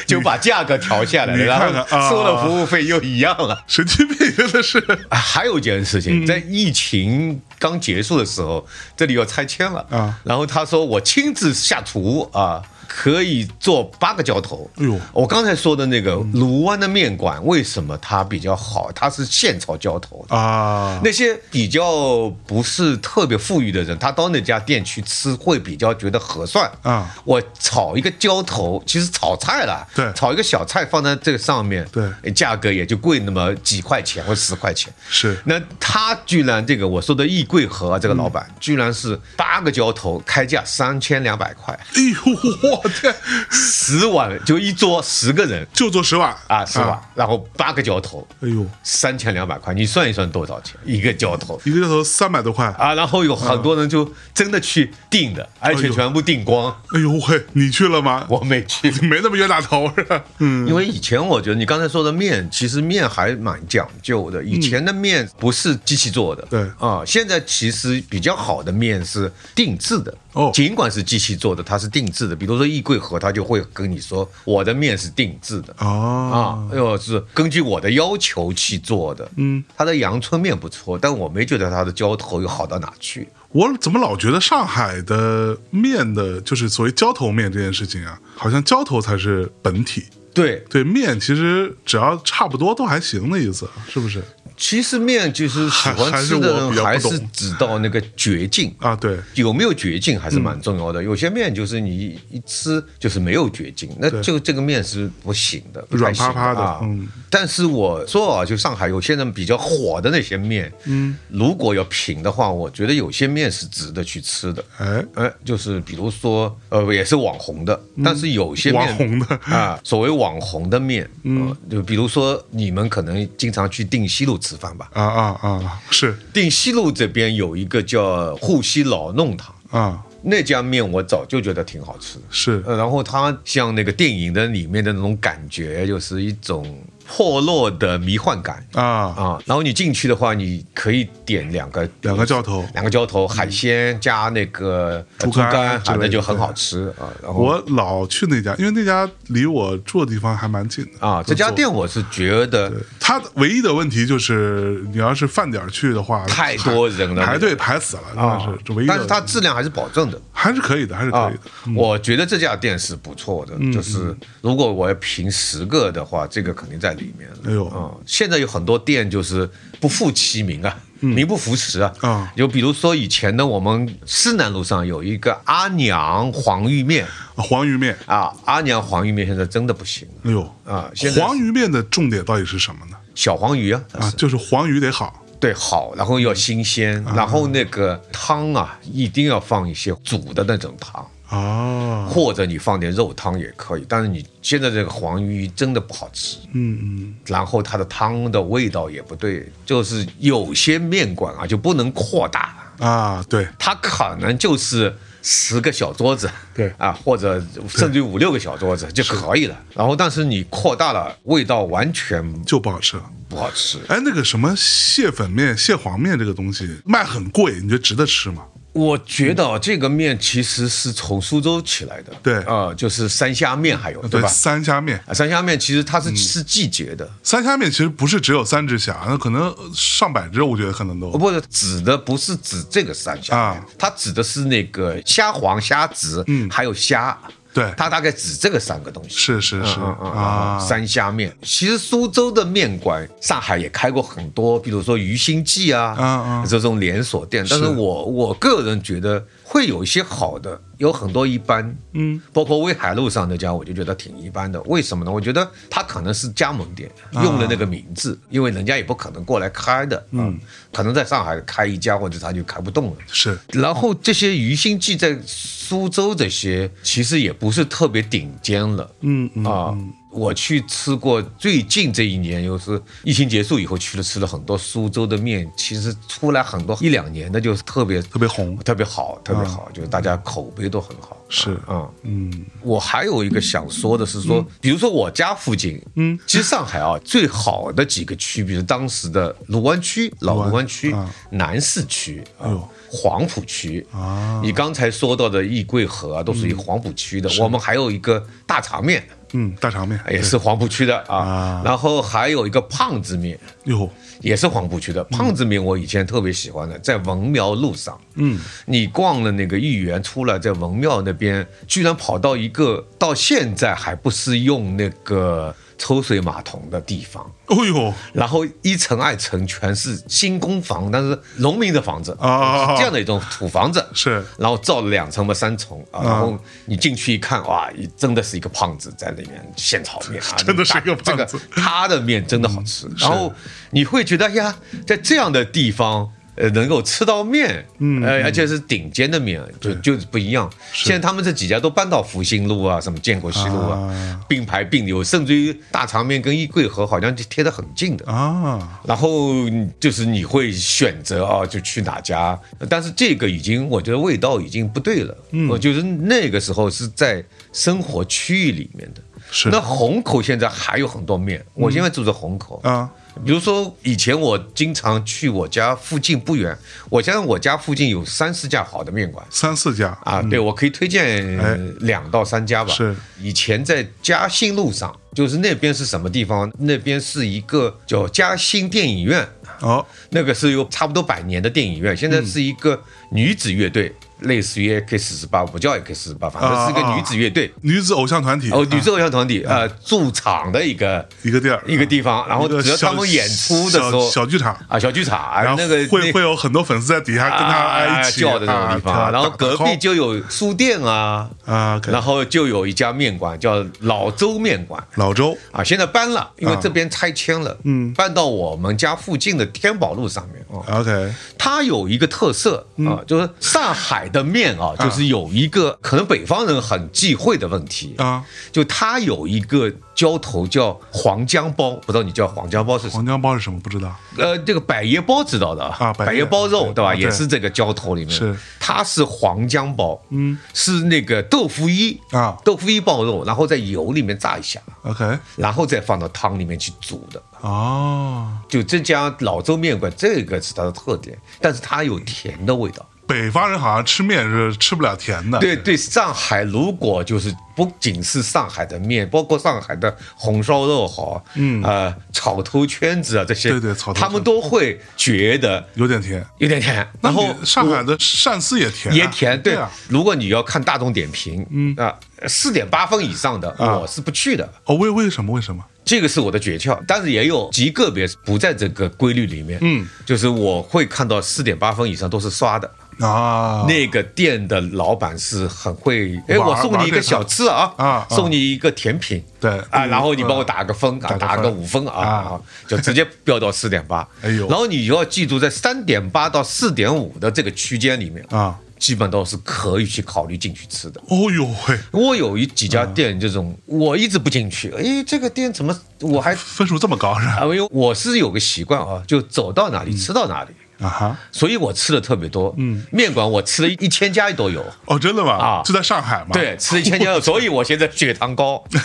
就把价格调下来了，你看看然啊后收了服务费又一样啊了。神经病真的是啊还有一件事嗯情，在疫情刚结束的时候，这里要拆迁了啊然后他说我亲自下厨啊。可以做八个浇头。哎呦我刚才说的那个卢湾的面馆，为什么它比较好？它是现炒浇头的。啊，那些比较不是特别富裕的人，他到那家店去吃会比较觉得合算啊。我炒一个浇头，其实炒菜啦，对炒一个小菜放在这个上面，哎对，价格也就贵那么几块钱或十块钱。是那他居然这个我说的易贵和啊这个老板，居然是八个浇头开价三千两百块，哎呦，我天，十碗就一桌十个人就做十碗啊，是吧？然后八个浇头哎呦，三千两百块，你算一算多少钱一个浇头？一个月头三百多块，啊，然后有很多人就真的去订的，而且全部订光。哎呦喂，你去了吗？我没去， [LAUGHS] 没那么冤大头是吧？嗯，因为以前我觉得你刚才说的面，其实面还蛮讲究的。以前的面不是机器做的，嗯对啊，现在其实比较好的面是定制的。哦尽管是机器做的，它是定制的。比如说易贵和，他就会跟你说，我的面是定制的。哦，啊，又是根据我的要求去做的。嗯，他的阳春面不错，但我没觉得他的浇头有好到哪去。我怎么老觉得上海的面的，就是所谓浇头面这件事情啊，好像浇头才是本体。对，对面其实只要差不多都还行的意思，是不是？其实面就是喜欢吃的人还还还是我比较不是懂只到那个绝境，啊，对，有没有绝境嗯还是蛮重要的。有些面就是你一吃就是没有绝境，那就这个面是不行的，不太行软趴趴的啊嗯但是我说啊，就上海有些人比较火的那些面，嗯，如果要品的话，我觉得有些面是值得去吃的。哎，哎，就是比如说，呃，也是网红的，但是有些面嗯网红的啊，所谓网红的面，嗯、就比如说你们可能经常去定西路吃饭吧，啊啊啊，是定西路这边有一个叫沪西老弄堂，啊那家面我早就觉得挺好吃的。是，呃，然后它像那个电影的里面的那种感觉，就是一种破落的迷幻感啊，啊。然后你进去的话，你可以点两个两个浇头。嗯两个浇头海鲜加那个呃猪肝肝，之类啊，的那就很好吃啊。然后我老去那家，因为那家离我住的地方还蛮近的啊，这家店我是觉得它唯一的问题就是，你要是饭点儿去的话，太多人了排队排死了，真的啊是这唯一的。但是它质量还是保证的。还是可以的，还是可啊以的。，嗯我觉得这家店是不错的，就是如果我要评十个的话，这个肯定在里面了。哎呦啊，现在有很多店就是不负其名啊，名不符实啊。嗯啊就比如说以前呢，我们思南路上有一个阿娘黄鱼面黄鱼面，啊，阿娘黄鱼面现在真的不行了哎呦啊现在是黄鱼面的重点到底是什么呢？小黄鱼啊，啊，就是黄鱼得好，对，好，然后要新鲜，啊然后那个汤啊，一定要放一些煮的那种啊汤。哦，或者你放点肉汤也可以，但是你现在这个黄鱼真的不好吃，嗯嗯，然后它的汤的味道也不对，就是有些面馆啊就不能扩大，啊，对，它可能就是十个小桌子，对啊，或者甚至于五六个小桌子就可以了。然后但是你扩大了，味道完全就不好吃了。不好吃。哎，那个什么蟹粉面、蟹黄面这个东西卖很贵，你觉得值得吃吗？我觉得啊这个面其实是从苏州起来的，对啊、就是三虾面，还有对对嗯吧？三虾面，啊三虾面其实它是是季节的，三虾面其实不是只有三只虾，那可能上百只，我觉得可能都哦，不是指的不是指这个三虾面啊，它指的是那个虾黄、虾子，嗯，还有虾，对它大概指这个三个东西。是是是嗯嗯啊，三虾面，其实苏州的面馆，上海也开过很多，比如说鱼心记啊，嗯嗯这种连锁店。但是我我个人觉得会有一些好的，有很多一般，嗯，包括威海路上那家，我就觉得挺一般的。为什么呢？我觉得它可能是加盟店，用了那个名字，因为人家也不可能过来开的，啊嗯，可能在上海开一家，或者他就开不动了。是然后这些鱼心记在苏州这些其实也不是特别顶尖了，嗯嗯啊，我去吃过最近这一年，又是疫情结束以后去了吃了很多苏州的面，其实出来很多一两年的就是特别特别红，特别好，特别好，就是大家口碑都很好。啊是嗯，嗯我还有一个想说的是说，比如说我家附近，嗯，其实上海啊最好的几个区，比如当时的卢湾区、老卢湾区、啊南市区、啊哎呦黄浦区啊你刚才说到的易桂河啊，都属于黄浦区的。我们还有一个大肠面，嗯，大肠面哎也是黄浦区的啊啊。然后还有一个胖子面，对哟，也是黄浦区的胖子面，我以前特别喜欢的，在文庙路上。嗯，你逛了那个豫园出来，在文庙那边，居然跑到一个到现在还不是用那个抽水马桶的地方，哦呦然后一层二层全是新公房，但是农民的房子啊是这样的一种土房子是然后造了两层吧三层啊，然后你进去一看，哇，真的是一个胖子在里面现炒面啊， [LAUGHS] 真的是一个这胖子他的面真的好吃，然后你会觉得哎呀，在这样的地方。呃，能够吃到面，嗯，呃，而且是顶尖的面，就就是不一样。现在他们这几家都搬到复兴路啊，什么建国西路啊啊，并排并流，甚至于大肠面跟易桂河好像就贴得很近的。啊，然后就是你会选择啊，就去哪家，但是这个已经我觉得味道已经不对了，嗯，就是那个时候是在生活区域里面的。是嗯那虹口现在还有很多面，我现在住在虹口，啊，比如说以前我经常去我家附近不远，我相信我家附近有三四家好的面馆，三四家啊，对，我可以推荐嗯哎两到三家吧。是，以前在嘉兴路上，就是那边是什么地方？那边是一个叫嘉兴电影院，哦那个是有差不多百年的电影院，现在是一个女子乐队，类似于 AK 四十八，不叫 AK 四十八，反正是一个啊啊女子乐队，女子偶像团体哦，女啊子偶像团体，呃，驻场的一个一个地儿啊一个地方，然后嗯一个只要他小们演出的时候，小小剧场啊，小剧场，然后那个会那会有很多粉丝在底下跟他啊挨一起叫的那种地方，啊然后隔壁打 call 就有书店啊，啊，OK 然后就有一家面馆叫老周面馆老周啊，现在搬了，因为啊这边拆迁了，嗯，搬到我们家附近的天宝路上面啊。哦，OK，它有一个特色啊，就是上海的面啊，就是有一个可能北方人很忌讳的问题啊，就它有一个浇头叫黄姜包，不知道你叫黄姜包是什么？黄姜包是什么？不知道呃，这个百叶包知道的啊百叶百叶包肉对吧？对也是这个浇头里面，是它是黄姜包，嗯，是那个豆腐衣啊豆腐衣包肉，然后在油里面炸一下， ，OK，然后再放到汤里面去煮的。哦，就这家老周面馆，这个是它的特点，但是它有甜的味道。北方人好像吃面是吃不了甜的，对对，上海如果就是不仅是上海的面，包括上海的红烧肉好，嗯，呃，草头圈子啊这些，对对草头他们都会觉得有点甜。有点甜。然后那你上海的鳝丝也甜啊，也甜，对对啊。如果你要看大众点评，嗯啊，四点八分以上的啊我是不去的，哦，为为什么为什么？这个是我的诀窍。但是也有极个别不在这个规律里面，嗯，就是我会看到四点八分以上都是刷的。啊，那个店的老板是很会，哎，玩我送你一个小吃啊，玩这套啊送你一个甜品，对啊，嗯然后你帮我打个分啊，打个分打个五分啊，啊就直接飙到四点八，哎呦然后你要记住，在三点八到四点五的这个区间里面啊，基本都是可以去考虑进去吃的。哦呦喂，我有一几家店这种，我一直不进去，哎，这个店怎么我还分数这么高是吧？啊？因为我是有个习惯啊，就走到哪里吃到哪里。啊哈，所以我吃的特别多，嗯，面馆我吃了一千家都有，哦，真的吗？啊就在上海嘛。对，吃了一千家， [LAUGHS] 所以我现在血糖 [LAUGHS] 高。哎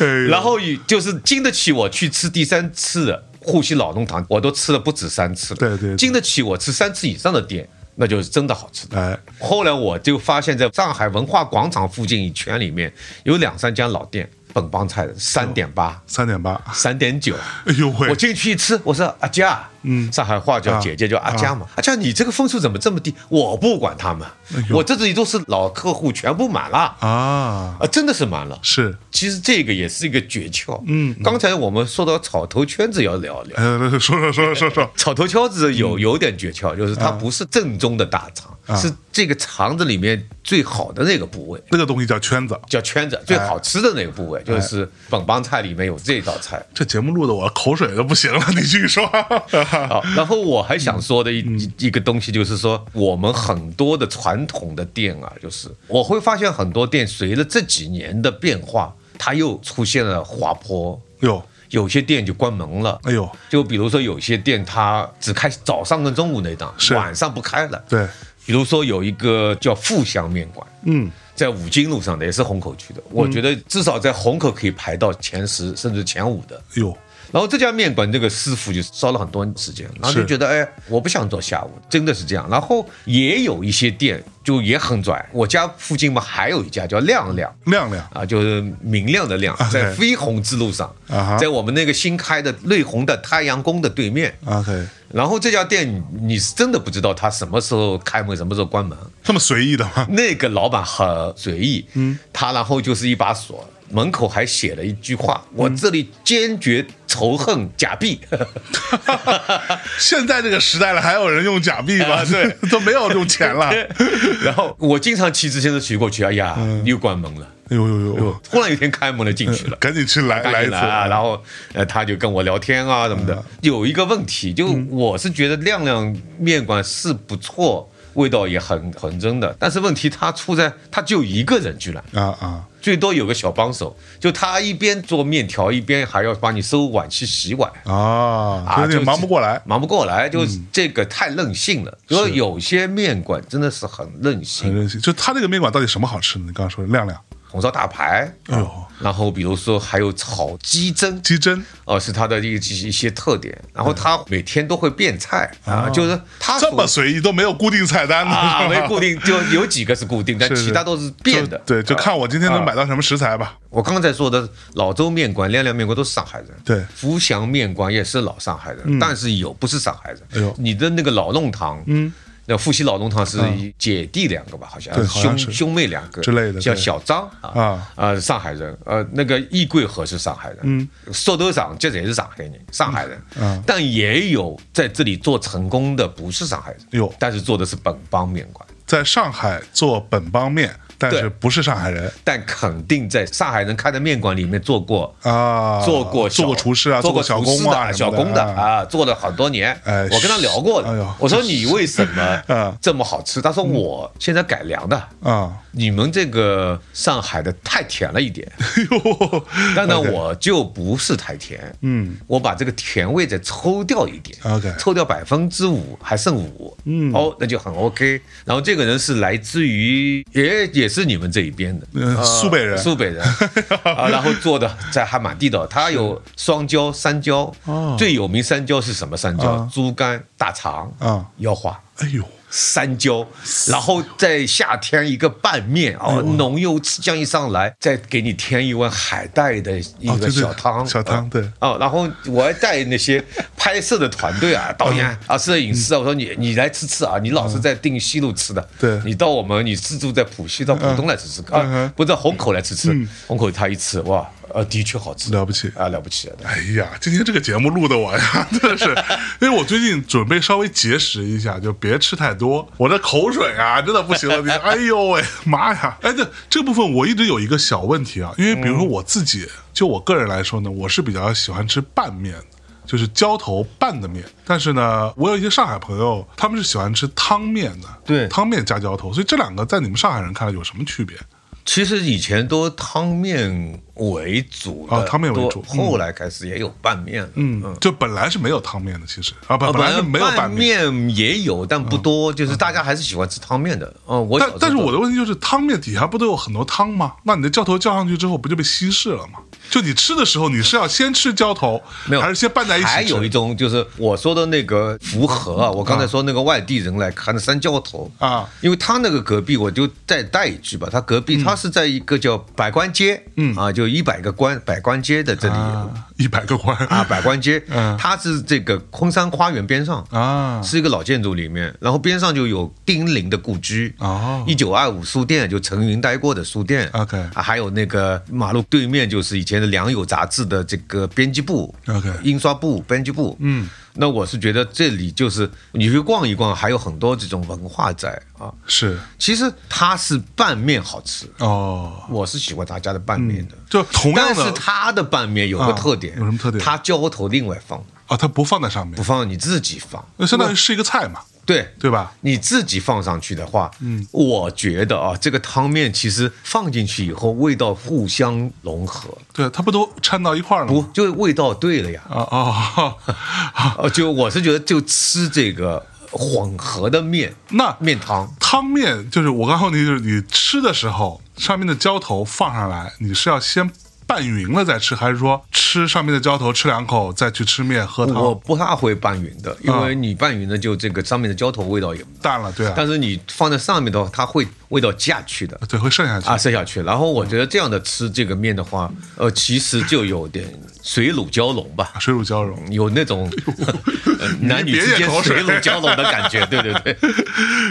呦，哎然后以就是经得起我去吃第三次的，沪西老弄堂，我都吃了不止三次了。对对对经得起我吃三次以上的店，那就是真的好吃的。哎，后来我就发现，在上海文化广场附近一圈里面有两三家老店，本帮菜的三点 [LAUGHS] 八、三点八，三点九。哎呦喂我，进去一吃，我说阿佳，嗯啊上海话叫姐姐叫阿佳嘛，阿佳你这个分数怎么这么低？我不管他们哎，呦我这里都是老客户，全部满了啊，啊，真的是满了。是， [LAUGHS] 其实这个也是一个诀窍。嗯嗯刚才我们说到草头圈子要聊一聊，呃，说说说说说，草头圈子有有点诀窍，就是它不是正宗的大肠，嗯啊是这个肠子里面最好的那个部位。那个东西叫圈子。叫圈子最好吃的那个部哎位，就是本帮菜里面有这道菜。这节目录的我口水都不行了，你继续说。 [LAUGHS] 好，然后我还想说的一、嗯一一个东西就是说，我们很多的传统的店啊，就是我会发现很多店随着这几年的变化，它又出现了滑坡，哟，有些店就关门了。哎呦，就比如说有些店它只开早上跟中午那档是，晚上不开了。对，比如说有一个叫富祥面馆，嗯，在五金路上的，也是虹口区的。我觉得至少在虹口可以排到前十甚至前五的。哟，然后这家面馆这个师傅就烧了很多时间，然后是就觉得哎，我不想做下午，真的是这样。然后也有一些店就也很拽，我家附近嘛还有一家叫亮亮。亮亮，啊，就是明亮的亮，在啊对绯红之路上啊哈，在我们那个新开的瑞虹的太阳宫的对面。 OK，然后这家店你你是真的不知道他什么时候开门，什么时候关门。这么随意的吗？那个老板很随意，嗯，他然后就是一把锁，门口还写了一句话：“嗯我这里坚决仇恨假 [LAUGHS] 币。现在这个时代了，还有人用假币啊吗？对， [LAUGHS] 都没有用钱 [LAUGHS] 了。哎”然后我经常骑自行车骑过去，哎呀，嗯又关门了。呦呦呦，突然有一天开门了进去了。赶紧去来赶 [LAUGHS] 来一紧次嗯来啊！然后，呃，他就跟我聊天啊什么的。有一个问题，就我是觉得亮亮面馆是不错，味道也很很真的。但是问题他出在他就一个人居然，啊啊！最多有个小帮手，就他一边做面条，一边还要帮你收碗去洗碗。啊，有就点忙不过来。忙不过来，就是嗯这个太任性了。所以有些面馆真的是很任很性，任性，就他这个面馆到底什么好吃呢？你刚刚说的亮亮，红烧大排，哎呦，然后比如说还有炒鸡胗，鸡胗哦，是它的一一一些特点。然后它每天都会变菜啊，就是它哎哦这么所随意，都没有固定菜单 [LAUGHS] 呢，啊，是没吧固定，就有几个是固定，但是是其他都是变的就。对，就啊看我今天能买到什么食材吧。我刚才说的老周面馆、亮亮面馆都是上海人，对嗯福祥面馆也是老上海人，但是有不是上海人。哎呦你的那个老弄堂，嗯，那复兴老弄堂是姐弟两个吧，好像对好像兄是兄妹两个之类的叫对小张啊啊啊，上海人，呃，那个易桂河是上海人，嗯，寿头长这也是上海人，上海人，嗯但也有在这里做成功的不是上海人，哟但是做的是本帮面馆。在上海做本帮面，但是对不是上海人但肯定在上海人开的面馆里面做过啊，做过小做过厨师啊，做过小厨师工啊，的小工的的，啊，做了很多年。哎我跟他聊过哎呦的， [LAUGHS] 我说你为什是啊么这么好吃？他说我现在改良的，啊，你们这个上海的太甜了一点，哎呦，但呢 OK 我就不是太甜，嗯，我把这个甜味再抽掉一点 OK 抽掉百分之五还剩五，嗯，哦，那就很 OK。然后这个人是来自于也也是你们这一边的，啊呃苏北人苏北 [LAUGHS] 人啊，然后做的在还蛮地道，他有双椒、三椒哦，最有名三椒是什么三椒啊？猪肝、大肠啊腰花。哎呦，三椒，然后在夏天一个拌面哎哦，浓油赤酱一上来，再给你添一碗海带的一哦个对对小汤，小汤啊对哦，然后我还带那些 [LAUGHS] 拍摄的团队嗯啊，导演啊，摄影师啊，我说你你来吃吃啊，你老是在定西路吃的，对你到我们你自住在浦西到浦东来吃吃嗯啊哼，嗯不在虹口来吃吃，虹口他一吃哇，呃，的确好吃，了不起啊，了不起了。哎呀，今天这个节目录的我呀， [LAUGHS] 真的是，因为我最近准备稍微节食一下，就别吃太多。我这口水啊，真的不行了，你，哎呦喂，妈呀！哎，对这部分我一直有一个小问题啊，因为比如说我自己，就我个人来说呢，我是比较喜欢吃拌面的。就是浇头拌的面，但是呢，我有一些上海朋友，他们是喜欢吃汤面的，对汤面加浇头，所以这两个在你们上海人看来有什么区别？其实以前都汤面为主啊的汤面为多主嗯后来开始也有拌面了，嗯，就本来是没有汤面的，其实啊，本啊，本来是没有拌拌面。面也有，但不多，就是大家还是喜欢吃汤面的。哦，我但小时候嗯但是我的问题就是，汤面底下不都有很多汤吗？那你的浇头浇上去之后，不就被稀释了吗？就你吃的时候，你是要先吃浇头，没有，还是先拌在一起吃？还有一种就是我说的那个符合啊，我刚才啊说那个外地人来看的三教头啊，因为他那个隔壁，我就再带一句吧，他隔壁他是在一个叫百官街，嗯啊，就一百个官百官街的这里。啊，一百个官啊，百官街， [LAUGHS] 嗯它是这个昆山花园边上，啊是一个老建筑里面，然后边上就有丁玲的故居哦一九二五书店就陈云待过的书店 OK 啊还有那个马路对面就是以前的《良友》杂志的这个编辑部 OK 印刷部、编辑部，嗯，那我是觉得这里就是你去逛一逛，还有很多这种文化在啊。是其实它是拌面好吃，哦，我是喜欢他家的拌面的。就嗯同样但是的它的拌面有个特点，啊有什么特点它浇头另外放，啊，它不放在上不面，放你自己放。那相当呃于是一个菜嘛，对对吧？你自己放上去的话，嗯，我觉得啊，这个汤面其实放进去以后，味道互相融合，对，它不都掺到一块儿了不吗？就味道对了 [LAUGHS] 呀？啊哦，啊哦，就我是觉得就吃这个混合的面那面汤，汤面就是我刚刚问题就是你吃的时候，上面的浇头放上来，你是要先拌匀了再吃，还是说吃上面的浇头吃两口再去吃面喝我汤？不大会拌匀的，因啊为你拌匀了就这个上面的浇头味道也，淡了，对啊，但是你放在上面的话，它会味道下去的。对，会剩下去啊，。吃下去。然后我觉得这样的吃这个面的话，呃，其实就有点水乳交融吧，水乳交融，有那种呃男女别之咽间口水水乳交融的感觉， [LAUGHS] 对对对。 [LAUGHS]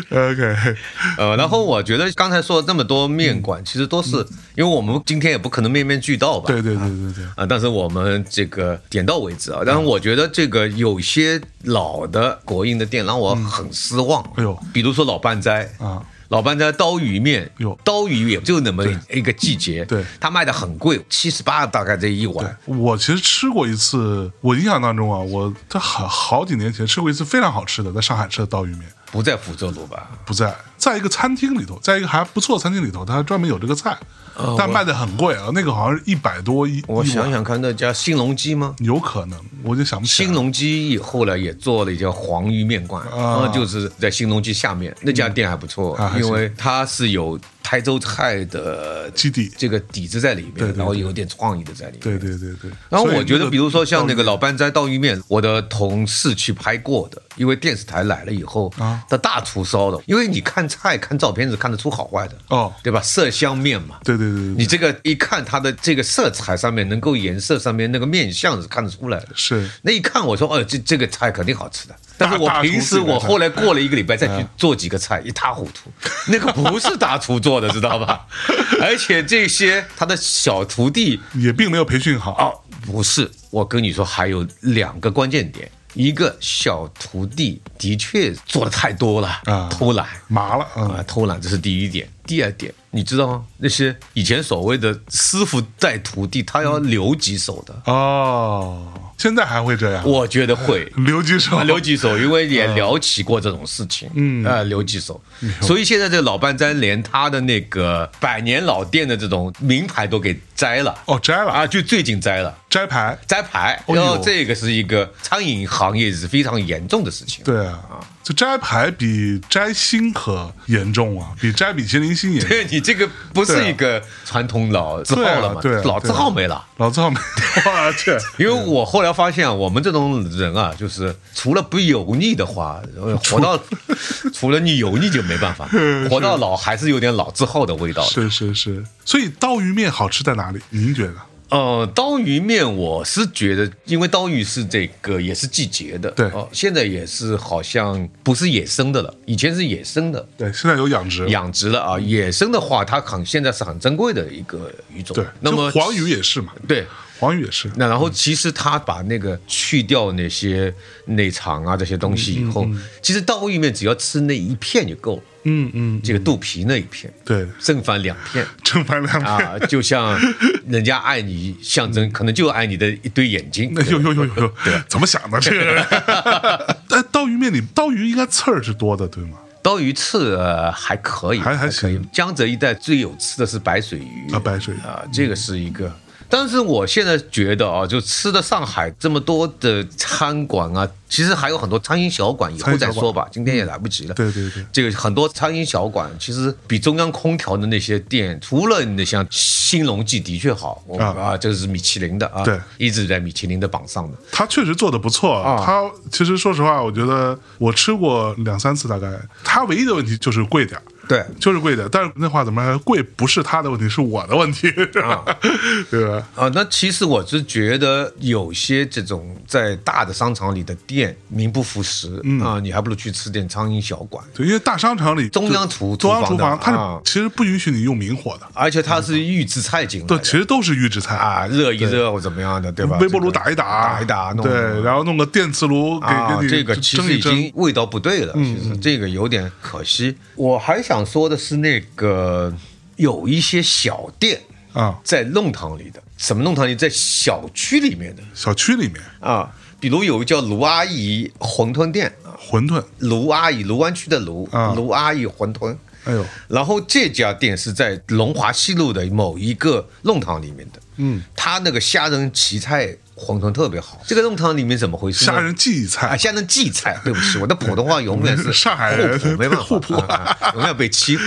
OK，呃，然后我觉得刚才说的那么多面馆，其实都是因为我们今天也不可能面面俱到吧，嗯对嗯对对对对，啊，但是我们这个点到为止啊。但是我觉得这个有些老的国营的店让我很失望。哎呦比如说老半斋啊。老半斋刀鱼面，呦刀鱼也就那么一个季节，对它卖的很贵，七十八大概这一碗，我其实吃过一次，我印象当中啊，我在好好几年前吃过一次非常好吃的，在上海吃的刀鱼面，不在福州路吧？不在，在一个餐厅里头，在一个还不错的餐厅里头，它专门有这个菜，但卖的很贵啊，那个好像是一百多一，我一想碗想看，那家兴隆鸡吗？有可能，我就想不起来兴了。隆鸡后来也做了一家黄鱼面馆，啊啊，就是在兴隆鸡下面那家店还不错啊，还行因为它是有台州菜的基地这个底子在里对面，对然后有点创意的在里面。对对对对。然后所以我觉那得，个比如说像那个老班斋刀鱼面，我的同事去拍过的，因为电视台来了以后啊的大厨烧的，因为你看菜看照片是看得出好坏的，哦，对吧？色香面嘛，对对对你对，这个一看它的这个色彩上面，能够颜色上面那个面相是看得出来的。是那一看我说，哦，这这个菜肯定好吃的。但是我大大厨平时自己来嗯我菜后来过了一个礼拜再去做几个菜，一塌糊涂。那个不是大厨做的，知道吧？ [LAUGHS] 而且这些他的小徒弟也并没有培训好。啊哦，不是，我跟你说，还有两个关键点。一个小徒弟的确做的太多了，啊偷懒麻了，嗯，啊，偷懒，这是第一点。第二点，你知道吗？那些以前所谓的师傅带徒弟，他嗯要留几手的，哦，现在还会这样，我觉得会。留几手，留几 [LAUGHS] 手，因为嗯也聊起过这种事情，嗯，啊，留几手，所以现在这老半斋连他的那个百年老店的这种名牌都给摘了，哦，摘了，啊，就最近摘了，摘牌，摘牌，哎呦然后这个是一个餐饮行业是非常严重的事情，对啊，就摘牌比摘星可严重啊，比摘米其林星严 [LAUGHS] 重。对，你这个不是一个传统老字号了嘛，啊对啊对啊老字号对啊嗯没了。老字号没，我去，因为我后来发现啊，我们这种人啊，就是除了不油腻的话，呃活 [LAUGHS] 到除了你油腻就没办法，活到老还是有点老字号的味道的。 [LAUGHS] 是是是，所以刀鱼面好吃在哪里？您觉得？呃，刀鱼面我是觉得，因为刀鱼是这个也是季节的，对哦，现在也是好像不是野生的了，以前是野生的，对，现在有养殖，养殖了啊。嗯野生的话，它很现在是很珍贵的一个鱼种。对，那么就黄鱼也是嘛，对。黄鱼也是，那然后其实他把那个去掉那些内肠啊这些东西以后，其实刀鱼面只要吃那一片就够了，嗯嗯，这个肚皮那一片，对，正反两片正反两面， [LAUGHS] 啊，就像人家爱你象嗯征，可能就爱你的一对眼睛 [LAUGHS] [LAUGHS] 那。呦呦呦呦呦，怎么想的这个人？ [LAUGHS] 哎，刀鱼面里刀鱼应该刺儿是多的，对吗？刀鱼刺呃还可以，还还可以行。江浙一带最有吃的是白水鱼啊白水鱼啊，这个是一个。但是我现在觉得啊，就吃的上海这么多的餐馆啊，其实还有很多苍蝇小馆，以后再说吧，今天也来不及了。嗯对对对，这个很多苍蝇小馆其实比中央空调的那些店，除了你像新荣记的确好，我啊啊，这个是米其林的啊，对，一直在米其林的榜上的。他确实做的不错。啊他其实说实话，我觉得我吃过两三次，大概他唯一的问题就是贵点儿。对，就是贵点儿，但是那话怎么说？贵不是他的问题，是我的问题，啊 [LAUGHS] 对吧？啊，那其实我是觉得有些这种在大的商场里的店名不副实、嗯啊，你还不如去吃点苍蝇小馆。对，因为大商场里中央厨中央厨厨房，房的它啊是其实不允许你用明火的，而且它是预制菜进来对，的其实都是预制菜啊，热一热或怎么样的，对吧？微波炉这个打一打，打一打，弄对，然后弄个电磁炉给啊，给你这个其蒸实一已蒸嗯经，味道不对了，其实这个有点可惜。我还想说的是，那个有一些小店啊，在弄堂里的，什么弄堂里，在小区里面的小区里面啊，比如有一个叫卢阿姨馄饨店啊，馄饨，卢阿姨卢湾区的卢啊，卢阿姨馄饨。哎呦，然后这家店是在龙华西路的某一个弄堂里面的，嗯，他那个虾仁芹菜馄饨特别好。这个弄堂里面怎么回事呢？虾仁荠啊，菜，现在荠菜，对不起，我的普通话永远 [LAUGHS] 是上海人互补没办法，互补啊啊永远被欺 [LAUGHS] 负。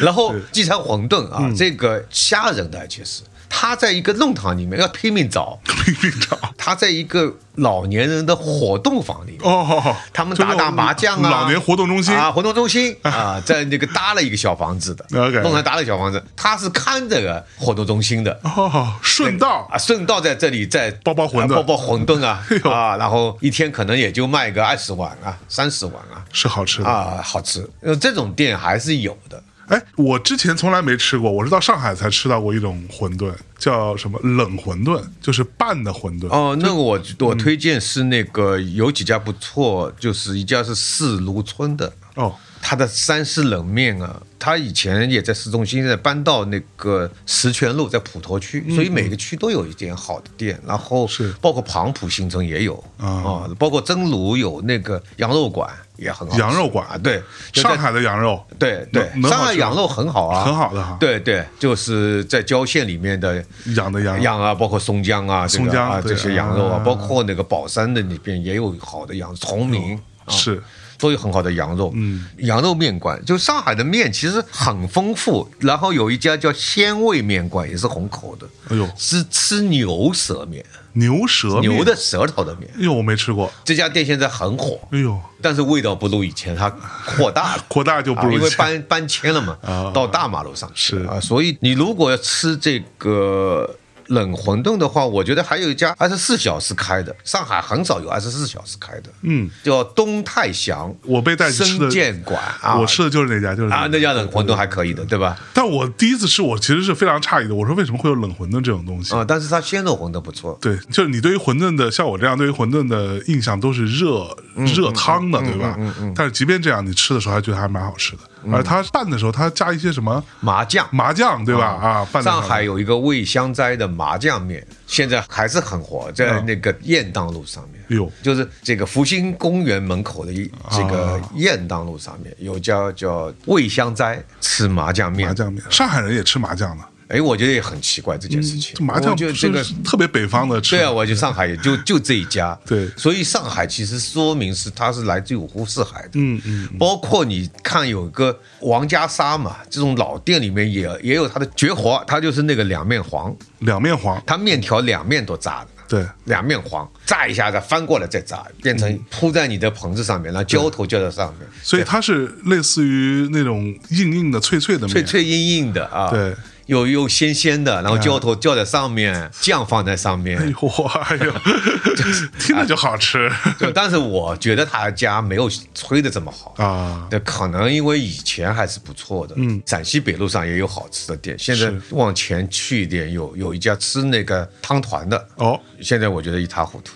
然后荠菜馄饨啊，嗯这个虾仁的其实他在一个弄堂里面要拼命找，拼命找他在一个老年人的活动房里面。哦，他们就那打种打麻将啊，老年活动中心啊，活动中 [LAUGHS] 心啊，在那个搭了一个小房子的啊 OK 弄堂搭了一个小房子，他是看这个活动中心的，哦，顺道啊，顺道在这里再包包馄饨啊包包馄饨啊 [LAUGHS] 哎呦啊，然后一天可能也就卖个二十碗啊、三十碗啊是好吃的。啊，好吃。呃，这种店还是有的哎，我之前从来没吃过，我是到上海才吃到过一种馄饨，叫什么冷馄饨，就是拌的馄饨。哦。那个我嗯我推荐是那个有几家不错，就是一家是四芦村的。哦，它的三式冷面啊，它以前也在市中心，现在搬到那个石泉路，在普陀区，所以每个区都有一点好的店。然后嗯是包括庞浦新城也有啊啊，包括真炉有那个羊肉馆也很好吃，羊肉馆啊，对，就在上海的羊肉，对对能，能好上海吃吗羊肉很好啊，很好的哈对对，就是在郊县里面的养的羊肉羊啊，包括松江啊，这个松江啊对这些羊肉啊啊，包括那个宝山的那边也有好的羊，崇明。啊是都有很好的羊肉，嗯，羊肉面馆，就上海的面其实很丰富。然后有一家叫鲜味面馆，也是虹口的，哎呦是吃牛舌面，牛舌面牛的，舌头的面。哎呦，我没吃过，这家店现在很火，哎呦，，但是味道不如以前，它扩大了扩大就不如啊以前因为搬搬迁了嘛，啊到大马路上去是啊，所以你如果要吃这个。冷馄饨的话，我觉得还有一家二十四小时开的，上海很少有二十四小时开的，嗯，叫东泰祥我被带去吃的生煎馆啊，我吃的就是那家，就是啊家那家冷馄饨还可以的，对吧？但我第一次吃，我其实是非常诧异的。我说为什么会有冷馄饨这种东西？啊，但是它鲜肉馄饨不错，对，就是你对于馄饨的，像我这样对于馄饨的印象都是热、嗯热汤的，对吧？但是即便这样，你吃的时候还觉得还蛮好吃的。嗯而它拌的时候，它加一些什么麻酱麻酱，对吧？啊，拌的上海有一个味香斋的麻酱面，现在还是很火，在那个雁荡路上面。哎呦就是这个福星公园门口的一啊这个雁荡路上面有家叫味香斋吃麻酱面麻。酱面，上海人也吃麻酱的，哎，我觉得也很奇怪这件事情。嗯麻酱我觉得这个是特别北方的吃对啊，我就上海也 [LAUGHS] 就就这一家。对所以上海其实说明是它是来自于五湖四海的。嗯嗯，包括你看有一个王家沙嘛，这种老店里面也也有它的绝活，它就是那个两面黄，两面黄，它面条两面都炸的。对，两面黄，炸一下再翻过来再炸，变成铺在你的盆子上面，然后浇头浇在上面，所以它是类似于那种硬硬的、脆脆的面，脆脆硬硬的啊，对，啊又又鲜鲜的，然后浇头浇在上面，酱放在上哎 [LAUGHS] 面。呦，哎 [LAUGHS] 呦，听着就好吃就但是我觉得他家没有吹的这么好。啊！对，可能因为以前还是不错的，嗯，陕西北路上也有好吃的店，现在是往前去一点，有有一家吃那个汤团的，哦，现在我觉得一塌糊 [LAUGHS] 涂，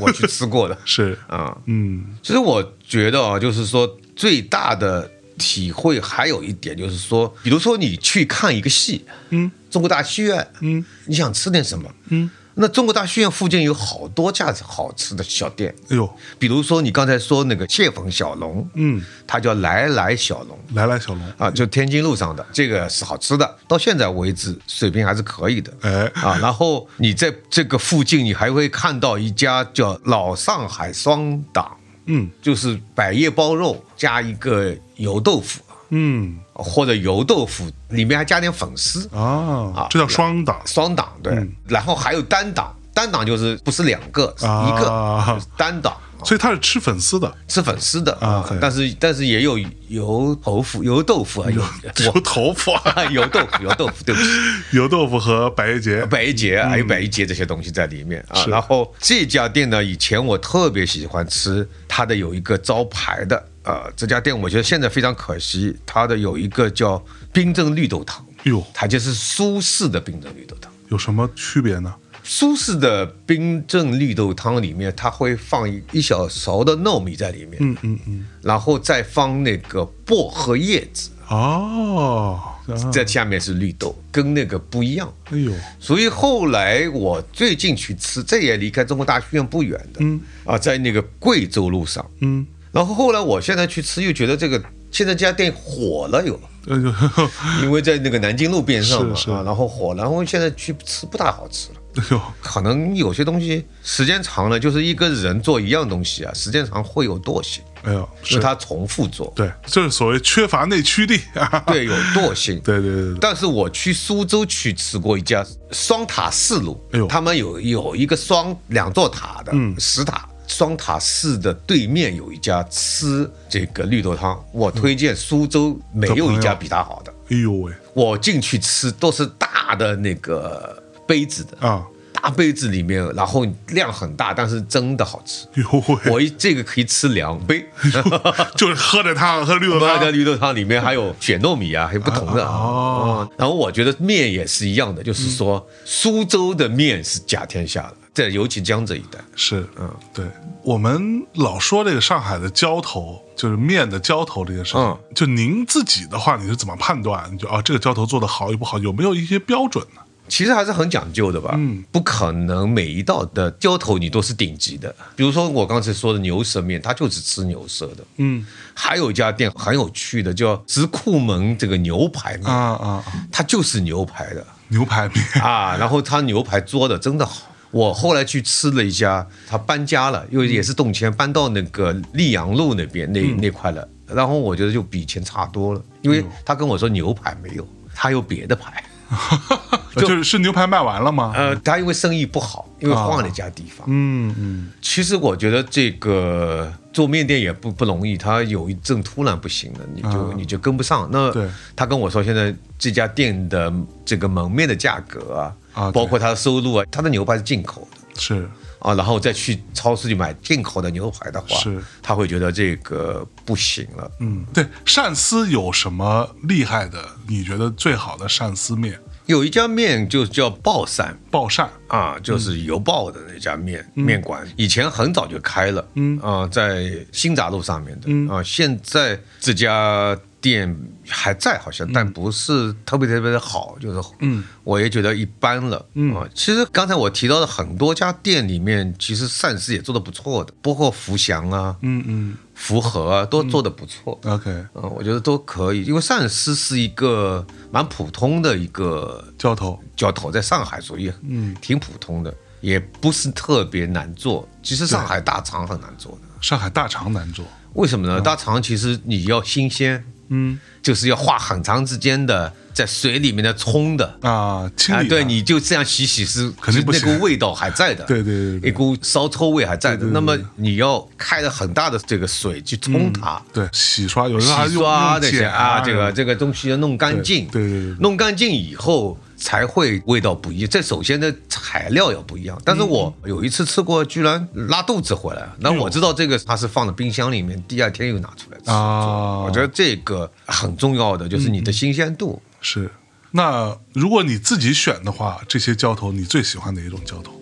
我去吃过的，是，啊、嗯，其实我觉得啊，就是说最大的体会还有一点就是说，比如说你去看一个戏，嗯，中国大戏院，嗯，你想吃点什么，嗯，那中国大剧院附近有好多家好吃的小店，哎呦，比如说你刚才说那个蟹粉小笼，嗯，它叫来来小笼来来小龙，啊，就天津路上的，这个是好吃的，到现在为止水平还是可以的。哎， [LAUGHS] 啊，然后你在这个附近，你还会看到一家叫老上海双档，嗯就是百叶包肉加一个油豆腐，嗯或者油豆腐里面还加点粉丝，啊啊，这叫双档双档对，然后还有单档，单档就是不是两个，是一个、啊就是单档。所以他是吃粉丝的，吃粉丝的啊对但是但是也有油豆腐、油豆腐啊，有油头 [LAUGHS] 发、我油豆腐、油豆腐，对不起，油豆腐和哎百叶结，百叶结还有百叶结哎这些东西在里面啊嗯是。然后这家店呢，以前我特别喜欢吃它的有一个招牌的，呃，这家店我觉得现在非常可惜，它的有一个叫冰镇绿豆汤，哟，它就是苏式的冰镇绿豆汤。有什么区别呢？苏式的冰镇绿豆汤里面，它会放一一小勺的糯米在里面，嗯嗯嗯，然后再放那个薄荷叶子，哦，啊在下面是绿豆，跟那个不一样。哎呦，所以后来我最近去吃，这也离开中国大剧院不远的，嗯啊，在那个贵州路上。嗯，然后后来我现在去吃，又觉得这个现在这家店火了又，哎呦， [LAUGHS] 哎因为在那个南京路边上嘛，是是啊，然后火了，然后现在去吃不大好吃了。哎呦，可能有些东西时间长了，就是一个人做一样东西啊，时间长会有惰性，哎呦，是是，他重复做，对，就是所谓缺乏内驱力啊，对，有惰性。 [LAUGHS] 对对对对，但是我去苏州去吃过一家双塔四路，哎呦嗯他们有有一个双两座塔的石塔。双塔寺的对面有一家吃这个绿豆汤，我推荐苏州没有一家比它好的。哎呦喂，我进去吃都是大的那个杯子的，啊，大杯子里面，然后量很大，但是真的好吃。哎呦喂，我一这个可以吃两杯， [LAUGHS] 就是喝着它喝绿豆 [LAUGHS] 那家汤，绿豆汤里面还有雪糯米啊，还有不同的啊。哦嗯嗯然后我觉得面也是一样的，就是说苏州的面是甲天下的，在尤其江浙一带。是，嗯，对，我们老说这个上海的浇头，就是面的浇头这件事情嗯，就您自己的话，你是怎么判断？你就啊，这个浇头做的好与不好，有没有一些标准呢？其实还是很讲究的吧，嗯，不可能每一道的浇头你都是顶级的。比如说我刚才说的牛舌面，它就是吃牛舌的。嗯，还有一家店很有趣的，叫直库门这个牛排面，啊啊，啊它就是牛排的。牛排面， [LAUGHS] 啊，然后他牛排做的真的好。我后来去吃了一家，他搬家了，又也是动迁，搬到那个溧阳路那边那、嗯那块了。然后我觉得就比以前差多了，因为他跟我说牛排没有，嗯他有别的排。就呃就是是牛排卖完了吗？呃，他因为生意不好，因为换了一家地方。嗯嗯，其实我觉得这个做面店也不不容易，他有一阵突然不行了，你就、你就跟不上。那啊对他跟我说，现在这家店的这个门面的价格啊，啊对包括他的收入啊，他的牛排是进口的。是，啊，然后再去超市去买进口的牛排的话，是他会觉得这个不行了。嗯，对，鳝丝有什么厉害的？你觉得最好的鳝丝面，有一家面就叫爆鳝爆鳝，啊，就是油爆的那家面、面馆，以前很早就开了，嗯啊，在新闸路上面的、啊，现在这家。店还在好像，但不是特别特别的好，就是，嗯，我也觉得一般了，嗯啊。其实刚才我提到的很多家店里面，其实鳝丝也做的不错的，包括福祥啊、嗯嗯福和啊，都做的不错。 ，OK，嗯，我觉得都可以，因为鳝丝是一个蛮普通的一个浇头，浇头，在上海属于嗯挺普通的，也不是特别难做。其实上海大肠很难做的，上海大肠难做，为什么呢？大肠其实你要新鲜，嗯就是要花很长时间的在水里面的冲的。啊，清啊，理、对，，你就这样洗洗是肯定不那行股味道还在的，对对对对一股烧臭味还在的。那么你要开了很大的这个水去嗯冲它，对，洗刷，有时候还洗用刷用这些碱啊，这个什么这个东西要弄干净，对对对对弄干净以后才会味道不一样。这首先的材料要不一样，但是我嗯有一次吃过，居然拉肚子回来。那我知道这个它是放到冰箱里面，第二天又拿出来吃。啊，我觉得这个很重要的就是你的新鲜度。是。那如果你自己选的话，这些浇头你最喜欢哪一种浇头？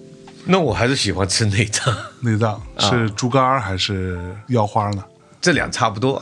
那我还是喜欢吃内脏。 [LAUGHS] [LAUGHS] 内脏是猪肝儿还是腰花呢？这俩差不 [LAUGHS] 多，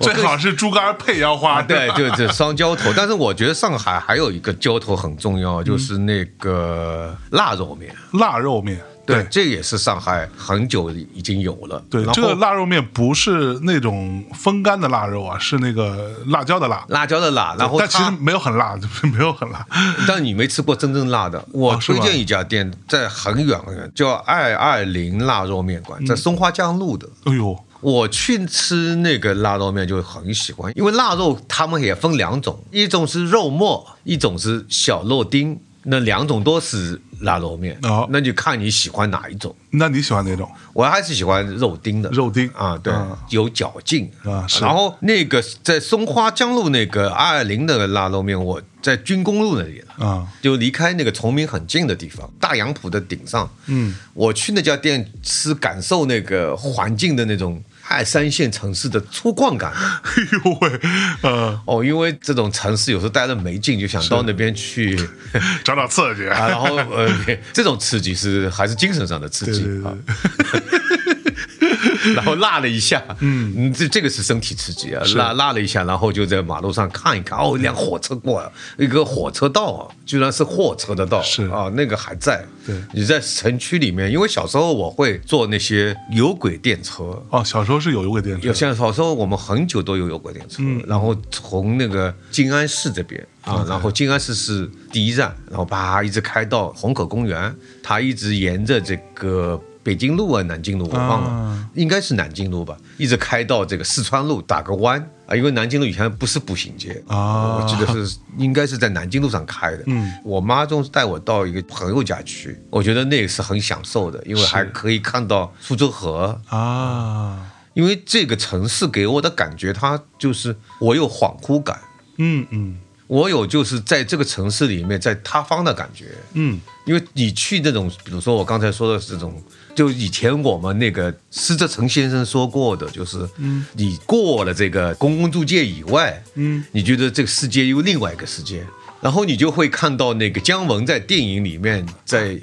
最好是猪肝配腰花，啊对，就这双浇头。但是我觉得上海还有一个浇头很重要，就是那个腊肉面。腊肉面。对，这也是上海很久已经有了。对，然这个后腊肉面不是那种风干的腊肉啊，是那个辣椒的辣。辣椒的辣，然后但其实它，没有很辣， [LAUGHS] 就是没有很辣。 [LAUGHS] 但你没吃过真正辣的。我啊是吗推荐一家店，在很远很远，叫二二零腊肉面嗯馆，在松花江路的。哎呦，我去吃那个腊肉面就很喜欢，因为腊肉他们也分两种，一种是肉末，一种是小肉丁，那两种都是腊肉面，哦那就看你喜欢哪一种。那你喜欢哪种？我还是喜欢肉丁的，肉丁啊，对，啊有嚼劲啊是然后那个在松花江路那个二二零的腊肉面，我在军工路那里了。啊、 [LAUGHS] 就离开那个崇明很近的地方，大洋浦的顶上。嗯，我去那家店吃，感受那个环境的那种二三线城市的粗犷感。哎呦喂，呃，哦，因为这种城市有时候待着没劲，就想到那边去找找刺激。啊。然后 [LAUGHS] 呃，这种刺激是还是精神上的刺对激对对啊。 [LAUGHS] 然后辣了一下，嗯，这这个是身体刺激啊，辣辣了一下，然后就在马路上看一看，哦，一辆火车过来，一个火车道啊，居然是货车的道，是啊，那个还在。对你在城区里面，因为小时候我会坐那些有轨电车。哦，小时候是有嗯一个电有视，像小时候我们很久都有有轨电车，然后从那个静安寺这边嗯啊，然后静安寺是第一站，然后叭一直开到虹口公园，它一直沿着这个北京路啊、南京路我忘了，啊应该是南京路吧，一直开到这个四川路打个弯啊，因为南京路以前不是步行街啊我记得是应该是在南京路上开的。嗯，我妈总是带我到一个朋友家去，我觉得那个是很享受的，因为还可以看到苏州河，啊，因为这个城市给我的感觉，它就是我有恍惚感，嗯嗯我有就是在这个城市里面在塌方的感觉。嗯，因为你去那种，比如说我刚才说的这种，就以前我们那个施哲成先生说过的，就是，你过了这个公共租界以外，嗯，你觉得这个世界又另外一个世界，然后你就会看到那个姜文在电影里面，在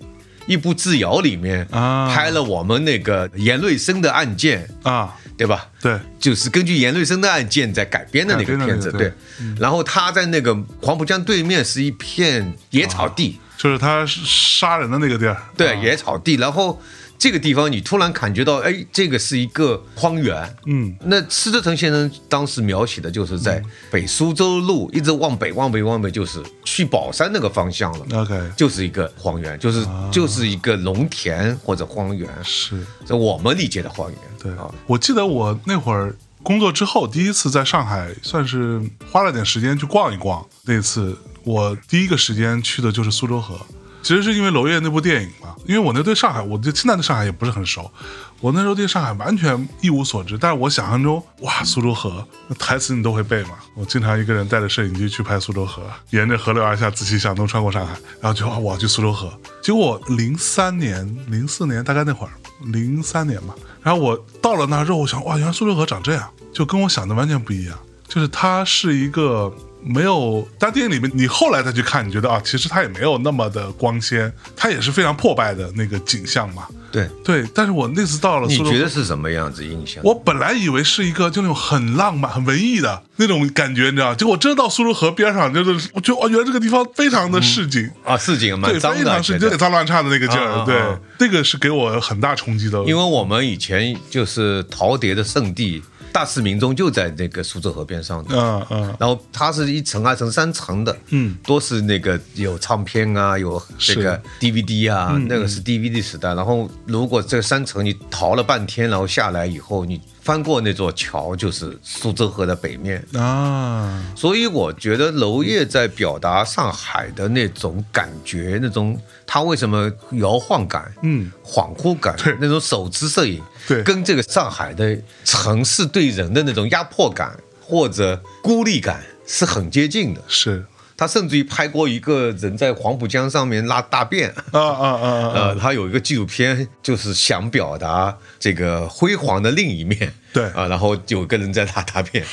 一部自遥里面啊拍了我们那个严瑞生的案件，啊，对吧？对，就是根据严瑞生的案件在改编的那个改编的片子，那个对。然后他在那个黄浦江对面是一片野草地，啊就是他杀人的那个地儿。对，野草地。然后这个地方你突然感觉到，哎，这个是一个荒原。嗯那施志成先生当时描写的就是在北苏州路一直往北往北往北，就是去宝山那个方向了， ，OK，就是一个荒原，就是就是一个农田或者荒原，是。这我们理解的荒原。对啊，我记得我那会儿工作之后，第一次在上海，算是花了点时间去逛一逛。那次我第一个时间去的就是苏州河，其实是因为娄烨那部电影嘛。因为我那对上海，我对现在的上海也不是很熟，我那时候对上海完全一无所知。但是我想象中，哇，苏州河，那台词你都会背嘛？我经常一个人带着摄影机去拍苏州河，沿着河流而啊下，仔细向东穿过上海，然后就哇，我要去苏州河。结果零三年、零四年大概那会儿，零三年吧。然后我到了那儿之后，我想哇，原来苏州河长这样，就跟我想的完全不一样。就是它是一个没有，但电影里面你后来再去看，你觉得啊，其实它也没有那么的光鲜，它也是非常破败的那个景象嘛。对，对，但是我那次到了你苏州觉河，得是什么样子印象？我本来以为是一个就那种很浪漫、很文艺的那种感觉，你知道？结果真到苏州河边上，就是我觉得哦，原来这个地方非常的市井，啊，市井蛮对，脏非常的，觉是有得点脏乱差的那个劲儿，啊啊啊对，那个是给我很大冲击的。因为我们以前就是陶碟的圣地，大市民中就在那个苏州河边上的。嗯嗯，然后它是一层、二层、三层的，嗯，都是那个有唱片啊，有这个 DVD 啊，嗯那个是 DVD 时代。然后如果这三层你逃了半天，然后下来以后，你翻过那座桥，就是苏州河的北面。啊，所以我觉得娄烨在表达上海的那种感觉，那种他为什么摇晃感，嗯，恍惚感，那种手持摄影，对跟这个上海的城市对人的那种压迫感或者孤立感是很接近的。是他甚至于拍过一个人在黄浦江上面拉大便。啊啊啊啊，呃，他有一个纪录片，就是想表达这个辉煌的另一面。对啊，然后有 [LAUGHS] [LAUGHS] 个人在拉大便，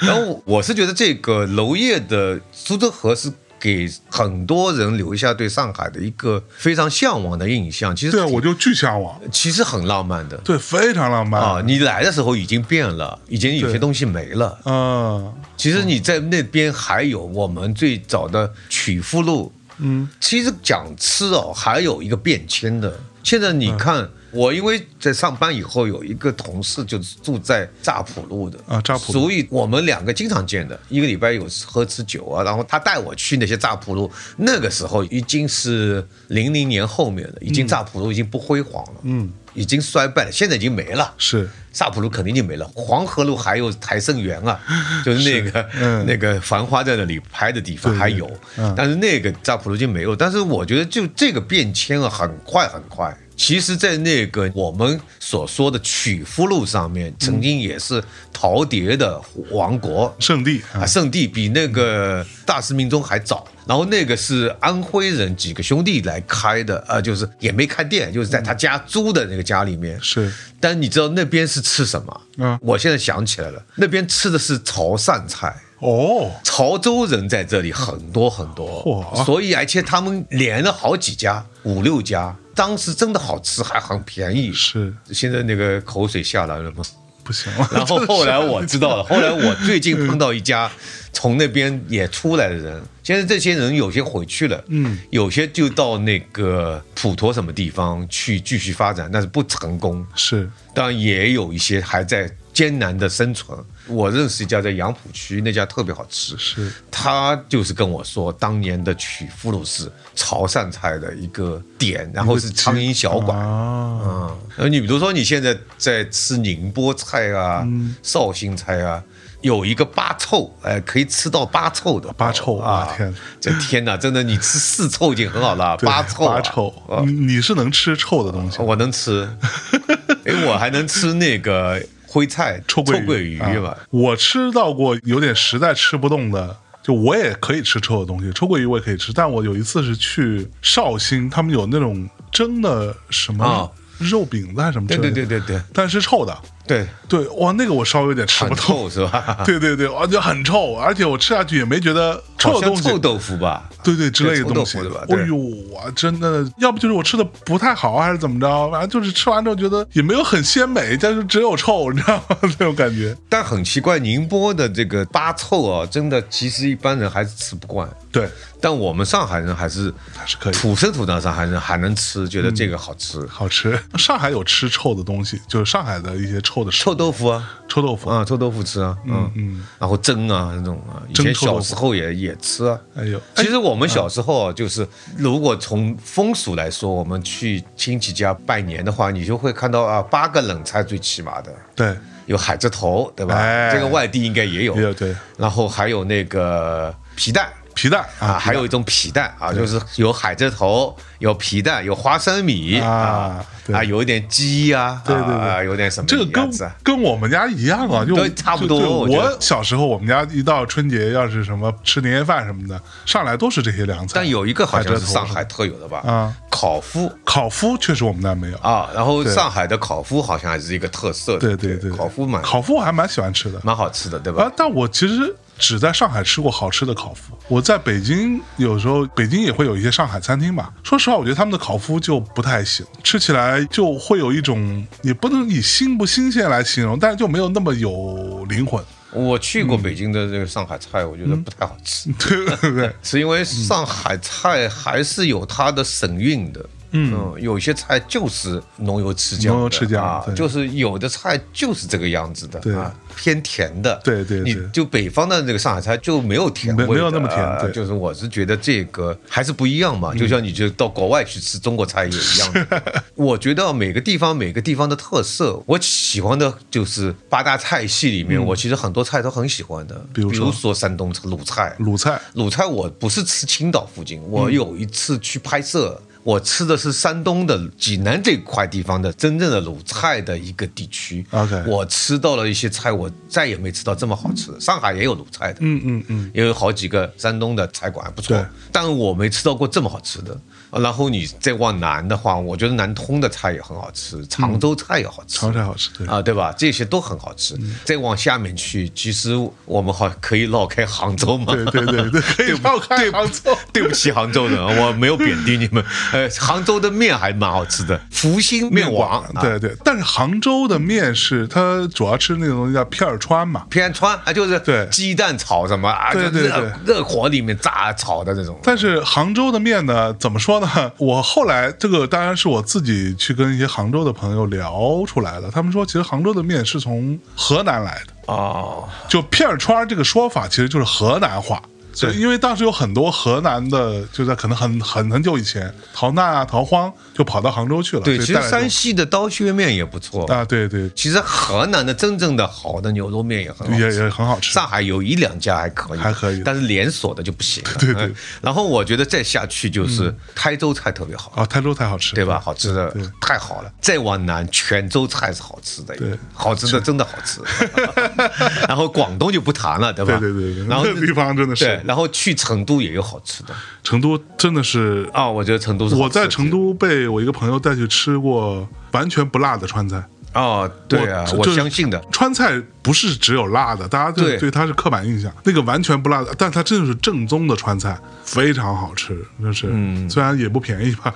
然后我是觉得这个娄烨的《苏州河》是给很多人留下对上海的一个非常向往的印象。其实对啊，我嗯就巨向往，其实很浪漫的对，非常浪漫啊，你来的时候已经变了，已经有些对东西没了。嗯其实你在那边还有我们最早的曲阜路，嗯，其实讲吃哦，还有一个变迁的。现在你看，我因为在上班以后有一个同事就是住在乍浦路的啊乍浦路所以我们两个经常见的，一个礼拜有喝吃酒啊，然后他带我去那些乍浦路，那个时候已经是零零年后面了，已嗯经乍浦路已经不辉煌了，嗯，已经衰败了，现在已经没了，是萨普路肯定就没了，黄河路还有台盛园 [LAUGHS] 啊，就是那个、嗯那个《繁花》在那里拍的地方对嗯还有，但是那个萨普路就没有。但是我觉得就这个变迁啊，很快很快。其实，在那个我们所说的曲阜路上面，曾经也是陶碟的王国，圣地啊啊，圣地比那个大师命中还早。然后那个是安徽人几个兄弟来开的，呃，就是也没开店，就是在他家租的那个家里面。是，但你知道那边是吃什么？嗯我现在想起来了，那边吃的是潮汕菜。哦，潮州人在这里很多很多，嚯所以而且他们连了好几家，五六家。当时真的好吃，还很便宜。是现在那个口水下来 [LAUGHS] 了吗？不行了。 [LAUGHS] 然后真的后是来我知道 [LAUGHS] 了，后来我最近碰到一家从那边也出来的人，现在这些人有些回去了，嗯，有些就到那个普陀什么地方去继续发展，但是不成功。是当然也有一些还在艰难的生存。我认识一家在杨浦区，那家特别好吃，是他就是跟我说，当年的曲阜路是潮汕菜的一个点，然后是苍蝇小馆。啊，嗯，呃你比如说你现在在吃宁波菜啊、嗯绍兴菜啊，有一个八臭，哎，可以吃到八臭的八臭啊！啊天哪这天哪，真的你吃四臭已经很好了， [LAUGHS] 对八臭啊、八臭啊，哦你你是能吃臭的东西，我能吃， [LAUGHS] 哎，我还能吃那个徽菜臭鳜鳜鱼鱼啊吧。我吃到过有点实在吃不动的，就我也可以吃臭的东西，臭鳜鱼我也可以吃。但我有一次是去绍兴，他们有那种蒸的什么啊肉饼子还是什么之类的，对对对对对，但是臭的。对，对，哇，那个我稍微有点吃很不臭透，是啊吧？对对对，而且很臭，而且我吃下去也没觉得 [LAUGHS] 臭好的像东西臭，豆腐吧？对对之类的臭豆东西。腐的吧对哎呦，我真的，要不就是我吃的不太好，啊还是怎么着？反正就是吃完之后觉得也没有很鲜美，但是只有臭，你知道吗？ [LAUGHS] 那种感觉。但很奇怪，宁波的这个八臭啊，真的其实一般人还是吃不惯。对，但我们上海人还是还是可以嗯土生土长上海人还能吃，觉得这个好吃。好吃。上海有吃臭的东西，就是上海的一些臭的食物臭豆腐啊，臭豆腐。啊，臭豆腐吃啊，嗯嗯，然后蒸啊那种啊，以蒸前臭豆腐小时候也也吃啊。哎呦，其哎实我们小时候啊，就是如果从风俗来说，我们去亲戚家拜年的话，你就会看到啊，八个冷菜最起码的，对，有海蜇头，对吧？哎这个外地应该也有。也有对然后还有那个皮蛋。皮蛋啊，啊，还有一种皮蛋啊，就是有海蜇头，有皮蛋，有花生米啊啊对啊，有一点鸡呀，对对对啊，有点什么这个跟样子啊跟我们家一样啊，就对差不多就就我觉得我小时候，我们家一到春节，要是什么吃年夜饭什么的，上来都是这些凉菜。但有一个好像海是蜇头上海特有的吧，啊，烤麸烤麸，确实我们那没有。啊，然后对上海的烤麸好像还是一个特色的，对对对，烤麸蛮嗯烤麸我还蛮喜欢吃的蛮好吃的，对吧啊。？但我其实只在上海吃过好吃的烤麸。我在北京有时候，北京也会有一些上海餐厅吧。说实话，我觉得他们的烤麸就不太行，吃起来就会有一种，也不能以新不新鲜来形容，但是就没有那么有灵魂。 [LAUGHS] 我去嗯过北京的这个上海菜，我觉得不太好吃，对对对，是因为上海菜还是有它的神韵的。嗯，有些菜就是浓油赤酱的，浓油赤酱啊对，就是有的菜就是这个样子的，对啊，偏甜的，对对对你就北方的这个上海菜就没有甜味的，没没有那么甜啊对嗯就是我是觉得这个还是不一样嘛，就像你就到国外去吃中国菜也一样 [LAUGHS] 的。我觉得每个地方每个地方的特色，我喜欢的就是八大菜系里面，我其实很多菜都很喜欢的，嗯比如比说如说山东鲁菜，鲁菜嗯鲁菜我不是吃青岛附近，我有一次去拍摄，我吃的是山东的济南这块地方的真正的鲁菜的一个地区。 OK 我吃到了一些菜，我再也没吃到这么好吃的。上海也有鲁菜的，嗯嗯嗯，也有好几个山东的菜馆还不错对，但我没吃到过这么好吃的。然后你再往南的话，我觉得南通的菜也很好吃，常州菜也好吃，嗯潮菜嗯好吃，对，啊，对吧？这些都很好吃。再往下面去，其实我们好可以绕开杭州嘛。对对对对，可以绕开杭州。 [LAUGHS] 对不起，杭州人，我没有贬低你 [LAUGHS] 们。呃，杭州的面还蛮好吃的，福星面王，啊对对，但是杭州的面是它主要吃那种东西叫片儿川嘛，偏川啊，就是对鸡蛋炒什么啊，就对对热热火里面炸炒的那种。但是杭州的面呢，怎么说呢？我后来这个当然是我自己去跟一些杭州的朋友聊出来的，他们说其实杭州的面是从河南来的，哦，就片儿川这个说法其实就是河南话。所以因为当时有很多河南的，就在可能很很很久以前逃难啊、逃荒，就跑到杭州去了。对，所以其带实来这山种西的刀削面也不错。啊，对对，其实河南的真正的好的牛肉面也很好吃，也也很好吃。上海有一两家还可以，还可以但是连锁的就不行了。对对嗯嗯然后我觉得再下去就是台州菜特别好，啊，台州太好吃，对吧？好吃的对太好了。再往南，泉州菜是好吃的，对好吃的真的好吃。 [LAUGHS] 然后广东就不谈了，对吧？对对对 [LAUGHS] 对，然后那个地方真的对是，然后去成都也有好吃的成都，真的是啊，我觉得成都是好我吃的在成都被我一个朋友带去吃过完全不辣的川菜。哦，对啊，我我就是相信的。川菜不是只有辣的，大家对对对它是刻板印象。那个完全不辣的，但它真的是正宗的川菜，非常好吃，就是、嗯虽然也不便宜 [LAUGHS] 吧。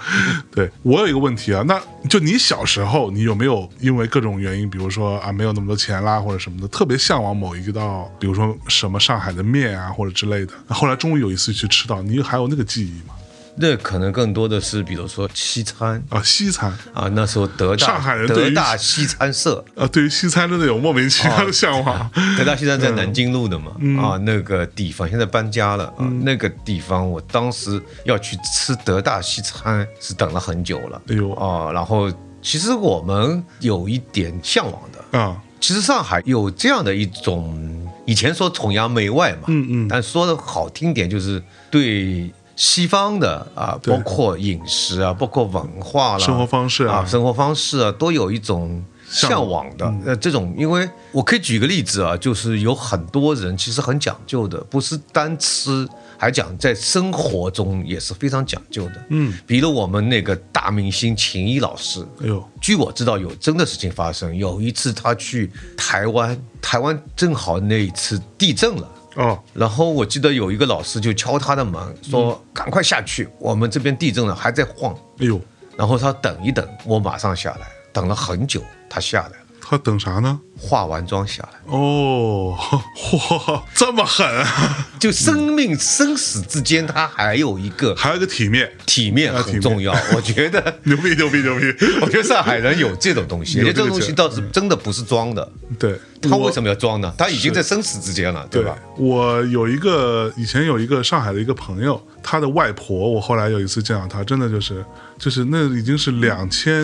对我有一个问题啊，那就你小时候，你有没有因为各种原因，比如说啊没有那么多钱啦，或者什么的，特别向往某一道，比如说什么上海的面啊，或者之类的？后来终于有一次去吃到，你还有那个记忆吗？那可能更多的是，比如说西餐啊，西餐啊，那时候德大上海人对于德大西餐社，啊，对于西餐真的有莫名其妙哦的向往。 [LAUGHS] 德大西餐在嗯南京路的嘛，啊，那个地方现在搬家了啊，嗯那个地方我当时要去吃德大西餐是等了很久了，哎呦啊，然后其实我们有一点向往的，啊，其实上海有这样的一种，以前说崇洋媚外嘛，嗯嗯但说的好听点就是对。西方的啊，对包括饮食啊，包括文化啦，生活方式啊啊，生活方式啊，都有一种向往的。呃，这种，因为我可以举个例子啊，就是有很多人其实很讲究的，不是单吃，还讲在生活中也是非常讲究的。嗯，比如我们那个大明星秦一老师，哎呦，据我知道，有真的事情发生。有一次他去台湾，台湾正好那一次地震了。哦，然后我记得有一个老师就敲他的门，说：“赶快下去，我们这边地震了，还在晃。哎呦，”然后他等一等，我马上下来。等了很久，他下来了，他等啥呢？化完妆下来，哦，嚯，这么狠啊， [LAUGHS] 就生命生死之间，他还有一个还有一个体面，体面啊体面很重要。我觉得， [LAUGHS] 牛逼牛逼牛逼！我觉得上海人有这种东西，有而这且这种个东西劲儿倒是真的不是装的。对，他为我什么要装呢？他已经在生死之间了，对对吧？？我有一个以前有一个上海的一个朋友，他的外婆，我后来有一次见到她，真的就是就是那已经是两千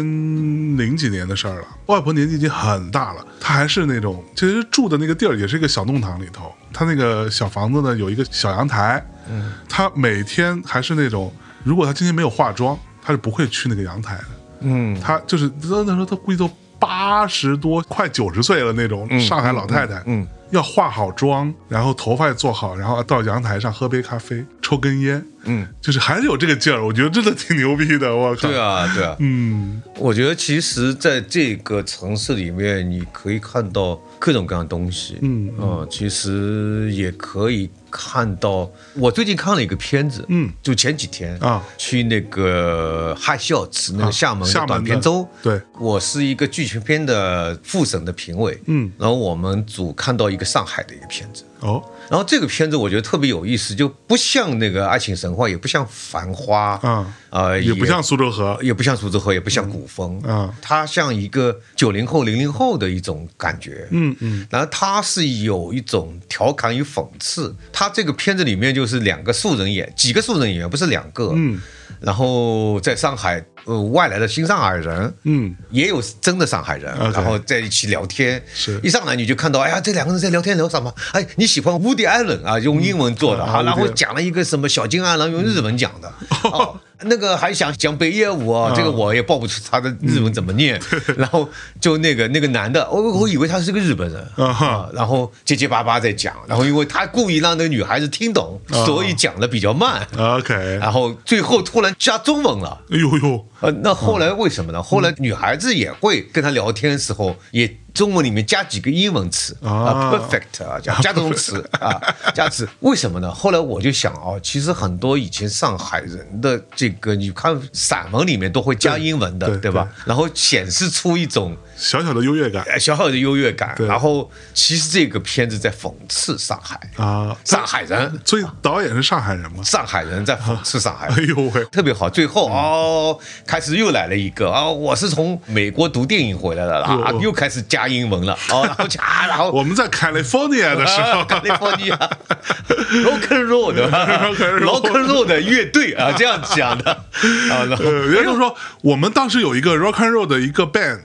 零几年的事儿了。外婆年纪已经很大了，她还是那种其实住的那个地儿也是一个小弄堂里头，她那个小房子呢有一个小阳台，嗯，她每天还是那种，如果她今天没有化妆，她是不会去那个阳台的。嗯，她就是那那时候她估计都八十多，快九十岁了那种上海老太太，嗯嗯要化好妆，然后头发也做好，然后到阳台上喝杯咖啡，抽根烟，嗯，就是还是有这个劲儿，我觉得真的挺牛逼的，我靠，对， [LAUGHS] 啊，对啊，嗯，我觉得其实在这个城市里面，你可以看到各种各样的东西，嗯啊、其实也可以看到。我最近看了一个片子，嗯，就前几天啊去那个哈孝祠那啊个厦门厦门的的短片周，对，我是一个剧情片的复审的评委，嗯，然后我们组看到一个上海的一个片子，哦，然后这个片子我觉得特别有意思，就不像那个《爱情神话》，也不像《繁花》啊呃，也不像苏州河，也不像苏州河，也不像古风，嗯啊它像一个九零后、零零后的一种感觉，嗯嗯，然后它是有一种调侃与讽刺。它这个片子里面就是两个素人演，几个素人演员，不是两个，嗯，然后在上海，呃，外来的新上海人，嗯，啊也有真的上海人， OK 然后在一起聊天，是一上来你就看到，哎呀，这两个人在聊天聊什么？哎，你喜欢 Woody Allen 啊，用英文做的嗯啊，啊然后 Woody [LAUGHS] 讲了一个什么小金安郎用日文讲的，哦那个还想讲北野武啊，这个我也报不出他的日文怎么 [LAUGHS] 念。然后就那个那个男的，我我以为他是个日本人啊哈啊，然后结结巴巴在讲，然后因为他故意让那个女孩子听懂，啊所以讲的比较慢。 OK，哎然后最后突然加中文了，呦呦，呃，那后嗯来为什么呢？后来女孩子也会跟他聊天的时候，也中文里面加几个英文词啊啊，perfect 啊，加加这种词啊，加词。为什么呢？后来我就想啊，其实很多以前上海人的这个，你看散文里面都会加英文的，对对对吧？然后显示出一种小小的优越感呃小小的优越感。对然后其实这个片子在讽刺上海，啊！上海人所以导演是上海人吗？上海人在讽刺上海人 [LAUGHS] 哎。呦喂，嗯特别好。最后哦，开始又来了一个哦，我是从美国读电影回来的啦，哦啊哦又开始加英文了，哦，然后加，然后我们在 California 的时 [LAUGHS] 候，加利福 [LAUGHS] 尼亚 rock and roll 的 Rock and roll rock and roll 的乐队啊，这样讲 [LAUGHS] 的啊，然后呃，人家就说我们当时有一个 rock and roll 的一个 band，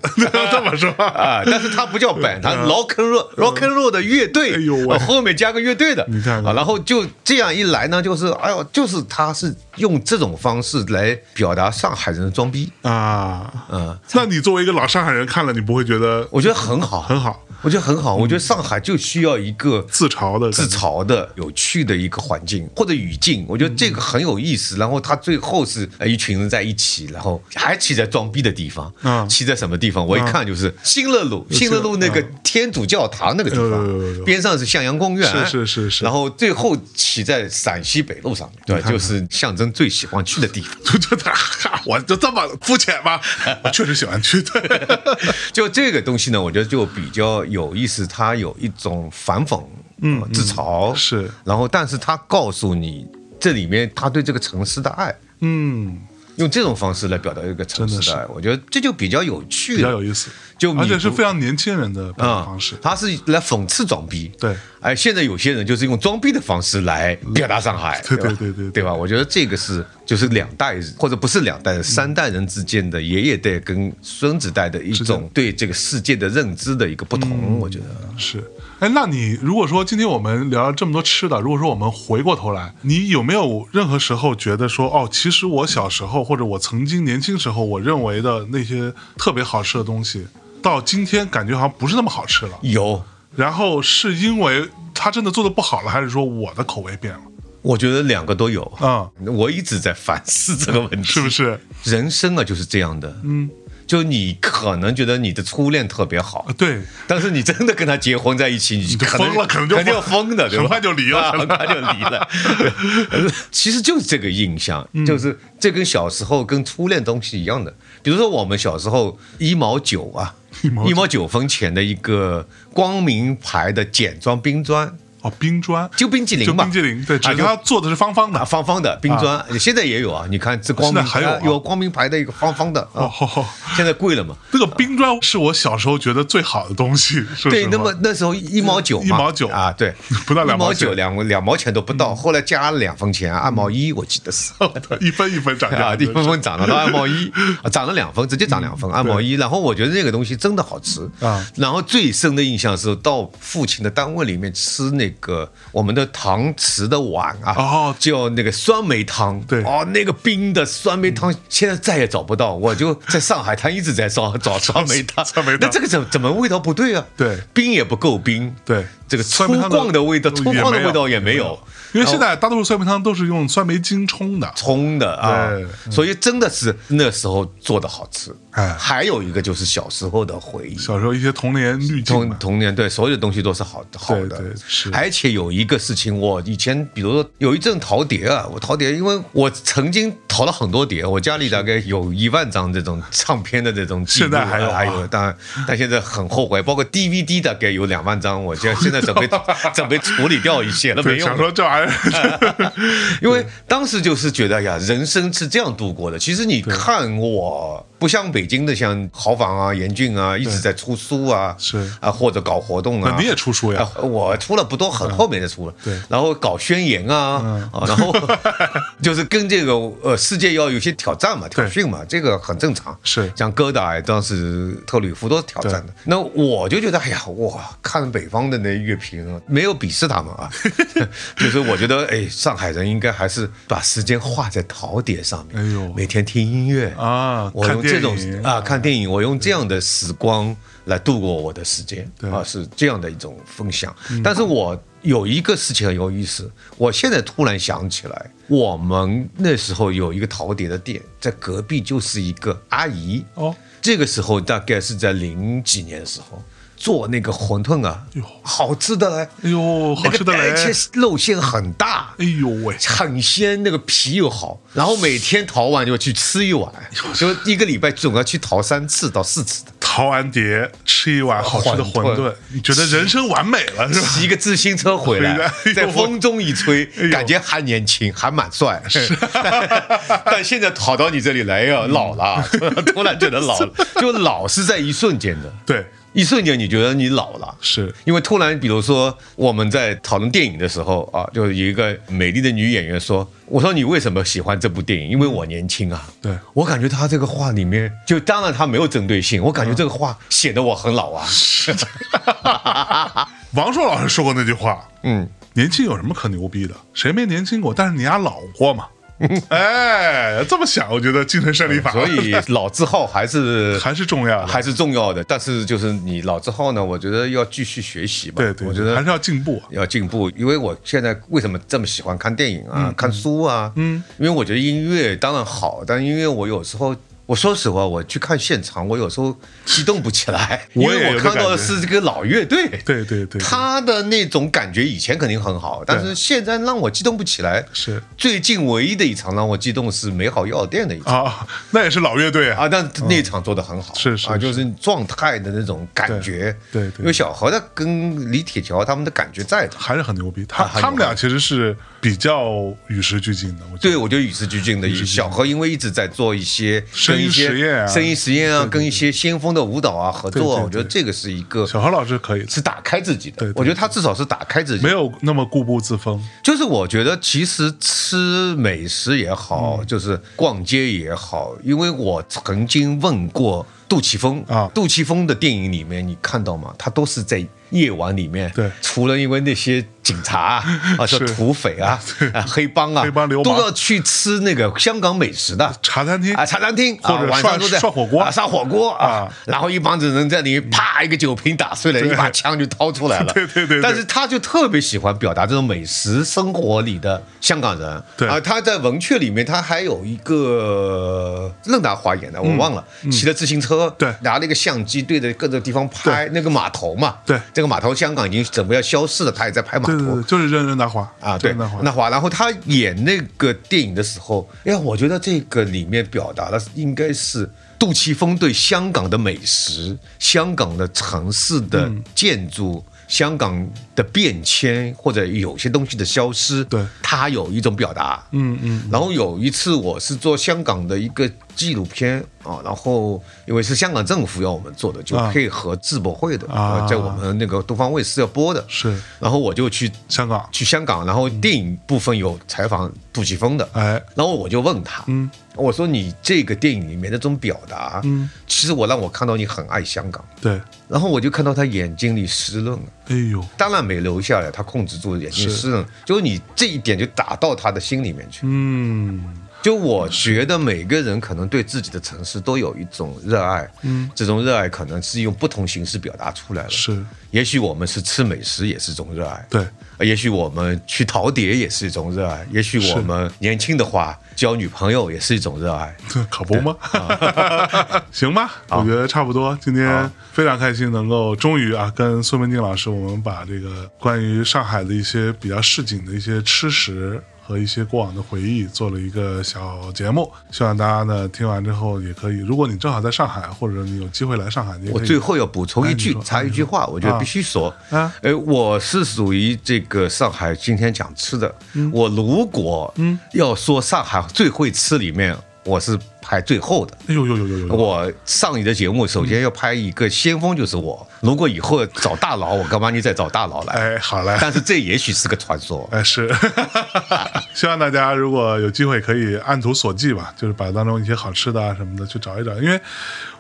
这 [LAUGHS] 么说啊，但是他不叫 band，他 rock and roll rock and roll 的乐队，嗯哎呦喂啊后面加个乐队的，你看看啊，然后就这样一来呢，就是哎呦，就是他是用这种方式来表达上海人的装逼，啊。嗯， [LAUGHS] 那你作为一个老上海人看了，你不会觉得我觉得很好，很好我觉得很嗯好，我觉得上海就需要一个自嘲的感觉自嘲的、有趣的一个环境或者语境，我觉得这个很有意嗯思。然后他最后是呃一群人在一起，然后还骑在装逼的地方，嗯骑在什么地方？我一看就是新乐路，新乐路那个天主教堂那个地嗯有有有有有方，边上是向阳公园，是是是是然后最后骑在陕西北路上面，对，就是象征最喜欢去的地方。就 [LAUGHS] 就 [LAUGHS] 他，我就这么肤浅 [LAUGHS] 吗？我确实喜欢去，对，就这个东西呢，我觉得就比较有意思，它有一种反讽、嗯、自嘲是，然后但是它告诉你这里面他对这个城市的爱，嗯，用这种方式来表达这个城市的爱，我觉得这就比较有趣，比较有意思，就而且弥是补非常年轻人的表达啊方式，他是来讽刺装逼，对哎，现在有些人就是用装逼的方式来表达上海，对吧对对对对对吧？我觉得这个是就是两代人或者不是两代人，三代人之间的爷爷代跟孙子代的一种对这个世界的认知的一个不嗯同，我觉得。是。哎，那你如果说今天我们聊了这么多吃的，如果说我们回过头来，你有没有任何时候觉得说，哦，其实我小时候或者我曾经年轻时候我认为的那些特别好吃的东西，到今天感觉好像不是那么好吃了？有，然后是因为他真的做的不好了，还是说我的口味变了？我觉得两个都有啊、我一直在反思这个问题，是不？是？人生啊就是这样的，嗯，就你可能觉得你的初恋特别好啊，，对，但是你真的跟他结婚在一起，你就可能疯了可能就肯定要疯的，对吧？很快就离了啊很快就离 [LAUGHS] 了。对呃其实就是这个印象，嗯就是这跟小时候跟初恋东西一样的。比如说我们小时候一毛九啊，毛九一毛九分钱的一个光明牌的简装冰砖， [LAUGHS] 哦，冰砖就冰激凌就吧，冰激凌，对，只啊是就它做的是方方的啊，。方方的冰砖，现在也有啊。你看这光明现在还有啊有光明牌的一个方方的啊，哦，哦现在贵 [LAUGHS] 了嘛？那个冰砖是我小时候觉得最好的东西，是不是？对，那么那时候一毛九嘛，一毛九，啊，对不到两一毛毛钱嗯九，两两毛钱都不到，后来加了两分钱，二毛一，我记得是。 [LAUGHS] 一分一分涨 [LAUGHS] 价啊，一的，分分涨了到二毛一，啊涨了两分，直接涨两分，二毛一。然后我觉得这个东西真的好吃啊然后最深的印象是到父亲的单位里面吃那个我们的搪瓷的碗啊，哦叫那个酸梅汤，对嗯哦，那个冰的酸梅汤，现在再也找不到。我就在上海滩一直在 [LAUGHS] 找找酸梅汤，酸梅汤那这个怎怎么味道不对啊？对冰也不够冰，对这个酸粗梅汤的犷的味道，粗也犷没的有味道也没有。因为现在大多数酸梅汤都是用酸梅精冲的，冲的啊对，嗯所以真的是那时候做的好吃。哎还有一个就是小时候的回忆，小时候一些童年滤镜童嘛，童年对所有的东西都是好好的。对是而且有一个事情，我以前比如说有一阵淘碟啊，我淘碟，因为我曾经淘了很多碟，我家里大概有一万张这种唱片的这种记录啊，现在还有啊还有，但但现在很后悔，包括 DVD 大概有两万张，我现在现在准备 [LAUGHS] 准备处理掉一些了，没对，用想了。说 [LAUGHS] 这玩意儿，因为当时就是觉得哎呀，人生是这样度过的。其实你看我。不像北京的像豪坊啊、严俊啊一直在出书啊，是啊，或者搞活动啊那。你也出书呀？啊我出了不多，很后面才出了。嗯对嗯然后搞宣言啊，啊，然 [LAUGHS] 后就是跟这个呃世界要有些挑战嘛，挑衅嘛，这个很正常。是像哥达当时特吕弗都是挑战的。那我就觉得，哎呀，哇，看北方的那乐评啊，没有鄙视他 [LAUGHS] 们啊， [LAUGHS] 就是我觉得，哎，上海人应该还是把时间花在陶碟上面，哎呦每天听音乐啊我看用电这种影啊看电影，我用这样的时光来度过我的时间啊，是这样的一种分享。但是我有一个事情很有意思，我现在突然想起来，我们那时候有一个陶碟的店，在隔壁就是一个阿姨哦，这个时候大概是在零几年的时候。做那个馄饨啊哟，好吃的嘞！哎呦，好吃的那嘞个！而且肉馅很大，哎呦喂，很鲜，那个皮又好，然后每天淘完就去吃一碗， [LAUGHS] 就一个礼拜总要去淘三次到四次的，陶完碟吃一碗好吃的馄馄饨饨，你觉得人生完美了是吧？骑一个自行车回回来来哎 [LAUGHS] 呦，哎在风中一吹呦，感觉还年轻，还蛮帅。 [LAUGHS] 但现在跑到你这里来呀，老 [LAUGHS] 了，突然觉得老了，就老是在一瞬间的。对，一瞬间你觉得你老了，是因为突然，比如说我们在讨论电影的时候啊，就有一个美丽的女演员说：“我说你为什么喜欢这部电影？因为我年轻啊。”对我感觉她这个话里面，就当然她没有针对性，嗯我感觉这个话显得我很老啊。王朔老师说过那句话，嗯，年轻有什么可牛逼的？谁没年轻过？但是你丫老过嘛？哎，这么想，我觉得精神胜利法，所以老字号还是 [LAUGHS] 还是重要的，还是重要的，但是就是你老字号呢，我觉得要继续学习吧。对对，我觉得还是要进步啊。要进步，因为我现在为什么这么喜欢看电影啊、嗯看书啊？嗯，因为我觉得音乐当然好，但音乐我有时候。我说实话，我去看现场，我有时候激动不起来，因 [LAUGHS] 我也为有我这看到感的觉是这个老乐队，对对对，他的那种感觉以前肯定很好，但是现在让我激动不起来。是最近唯一的一场让我激动是《美好药店》的一场。啊，那也是老乐队啊。啊，但那场做的很好，是是啊，是就是状态的那种感觉，对对对因为小何的跟李铁桥他们的感觉在的，还是很牛逼，他、啊很牛他们俩其实是比较与时俱进的，我觉对，得我觉得与时俱进的。小何因为一直在做一些声音跟一些实验啊声音实验啊，跟一些先锋的舞蹈啊合作啊，对对我觉得这个是一个小何老师可以，是打开自己的对对。我觉得他至少是打开自己没，有那么固步自封，就是我觉得其实吃美食也嗯好，就是逛街也好，因为我曾经问过杜琪峰啊杜琪峰的电影里面你看到吗？他都是在夜晚里面，对除了因为那些警察啊，啊说 [LAUGHS] 是土匪啊、啊黑帮啊、黑帮流氓都要去吃那个香港美食的。茶餐厅啊，茶餐厅或者啊晚涮上都在涮火锅啊，涮火锅啊啊，然后一帮子人在里啪一个酒瓶打碎了，一把枪就掏出来了。 [LAUGHS] 对对对对但是他就特别喜欢表达这种美食生活里的香港人。对啊，他在《文雀》里面，他还有一个任达华演的，我忘了，骑着自行车，嗯对拿了一个相机对着各个地方拍那个码头嘛。对这个码头香港已经准备要消失了，他也在拍码对对头对，。就是任任达华啊，对，任达华那华，然后他演那个电影的时候，哎呀，我觉得这个里面表达的应该是杜琪峰对香港的美食、香港的城市的嗯建筑、香港的变迁，或者有些东西的消失，对他有一种表达，嗯嗯，然后有一次我是做香港的一个纪录片啊，然后因为是香港政府要我们做的，就啊配合世博会的，啊呃在我们那个东方卫视要播的，是然后我就去香港，去香港，然后嗯电影部分有采访杜琪峰的，哎，然后我就问他，嗯，我说你这个电影里面那种表达，嗯，其实我让我看到你很爱香港，对，然后我就看到他眼睛里湿润了。哎呦，当然没留下来，他控制住眼睛是湿润，就是你这一点就打到他的心里面去。嗯，就我觉得每个人可能对自己的城市都有一种热爱，嗯，这种热爱可能是用不同形式表达出来了。是也许我们是吃美食也是一种热爱，对， [LAUGHS] 呃也许我们去陶碟也是一种热爱，也许我们年轻的话交女朋友也是一种热爱。这可不吗？啊 [LAUGHS] 行吧，我觉得差不多。今天非常开心能够终于啊，跟孙文静老师，我们把这个关于上海的一些比较市井的一些吃食。和一些过往的回忆做了一个小节目，希望大家呢听完之后也可以。如果你正好在上海，或者你有机会来上海，你也我可以最后要补充一哎你句说，插一句话，我觉得必须说，啊呃，我是属于这个上嗯海今天讲吃的，我如果要说上海最会吃里面，我是排最后的。哎呦呦呦呦呦！我上你的节目，首先嗯要拍一个先锋，就是我。如果以后找大佬，我干嘛你再找大佬来？哎，好嘞。但是这也许是个传说。哎，是， [LAUGHS] 希望大家如果有机会可以按图索骥吧，就是把当中一些好吃的啊什么的去找一找，因为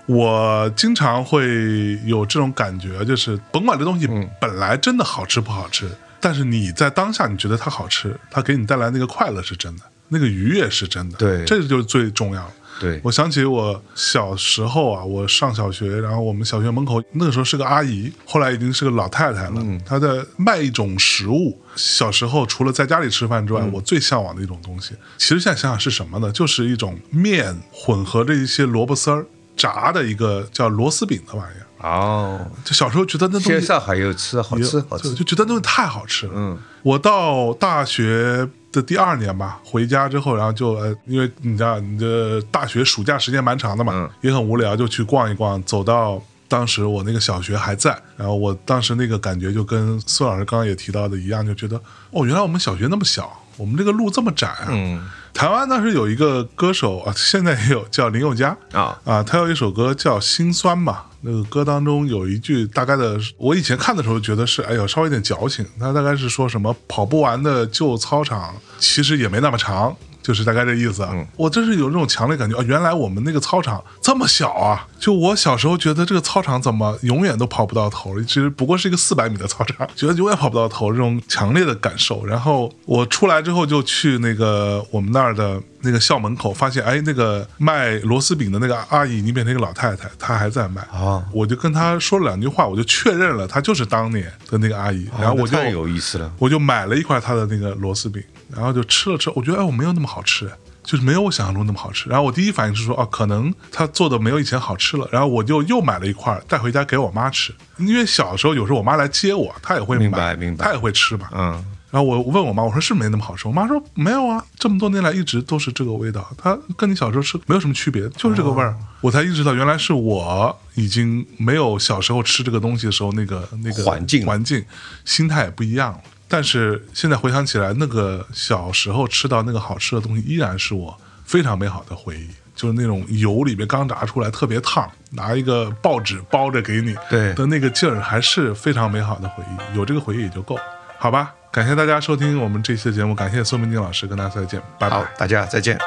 我经常会有这种感觉，就是甭管这东西本来真的好吃不好吃，但是你在当下你觉得它好吃，它给你带来那个快乐是真的，那个愉悦是真的，对这就是最重要的。对，我想起我小时候啊，我上小学，然后我们小学门口那个时候是个阿姨，后来已经是个老太太了。她在卖一种食物。小时候除了在家里吃饭之外，我最向往的一种东西，其实现在想想是什么呢？就是一种面混合着一些萝卜丝儿炸的一个叫螺丝饼的玩意儿。哦，就小时候觉得那东现在西上海有吃，好吃，好吃就。就觉得那东西太好吃了。嗯，我到大学的第二年吧，回家之后，然后就呃，因为你知道，你的大学暑假时间蛮长的嘛，嗯也很无聊，就去逛一逛，走到。当时我那个小学还在，然后我当时那个感觉就跟孙老师刚刚也提到的一样，就觉得哦，原来我们小学那么小，我们这个路这么窄啊！嗯台湾当时有一个歌手啊，现在也有叫林宥嘉，啊，啊，他有一首歌叫《心酸》嘛，那个歌当中有一句大概的，我以前看的时候觉得是，哎呦，稍微有点矫情。他大概是说什么跑不完的旧操场，其实也没那么长，就是大概这意思啊。我真是有这种强烈感觉啊，原来我们那个操场这么小啊！就我小时候觉得这个操场怎么永远都跑不到头，其实不过是一个四百米的操场，觉得永远跑不到头，这种强烈的感受。然后我出来之后就去那个我们那儿的那个校门口，发现哎，那个卖螺丝饼的那个阿姨已经变成一个老太太，她还在卖。哦我就跟她说了两句话，我就确认了她就是当年的那个阿姨。然后我就、太有意思了。我就买了一块它的那个螺丝饼，然后就吃了吃，我觉得哎，我没有那么好吃，就是没有我想象中那么好吃。然后我第一反应是说，哦，可能它做的没有以前好吃了。然后我就又买了一块带回家给我妈吃，因为小时候有时候我妈来接我，她也会买明白明白她也会吃嘛。嗯，然后我问我妈，我说是没那么好吃，我妈说没有啊，这么多年来一直都是这个味道，它跟你小时候吃没有什么区别，就是这个味哦儿。我才意识到，原来是我已经没有小时候吃这个东西的时候那个那个环境环境、心态也不一样了。但是现在回想起来，那个小时候吃到那个好吃的东西，依然是我非常美好的回忆。就是那种油里面刚炸出来特别烫，拿一个报纸包着给你，对的那个劲儿还是非常美好的回忆，有这个回忆也就够了，好吧？感谢大家收听我们这期的节目，感谢孙明静老师，跟大家再见，拜拜好。，大家再见。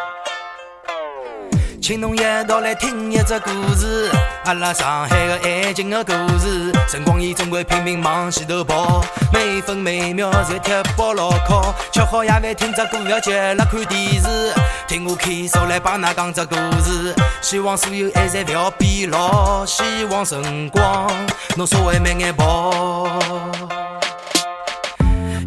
请侬一道来听一只故事，阿拉上海的爱情的故事。辰光伊总归拼命往前头跑，每分每秒侪贴饱牢靠。吃好夜饭，听只歌谣，急了看电视。听我开手来帮㑚讲只故事，希望所有爱侪勿要变老，希望辰光侬稍微慢眼跑。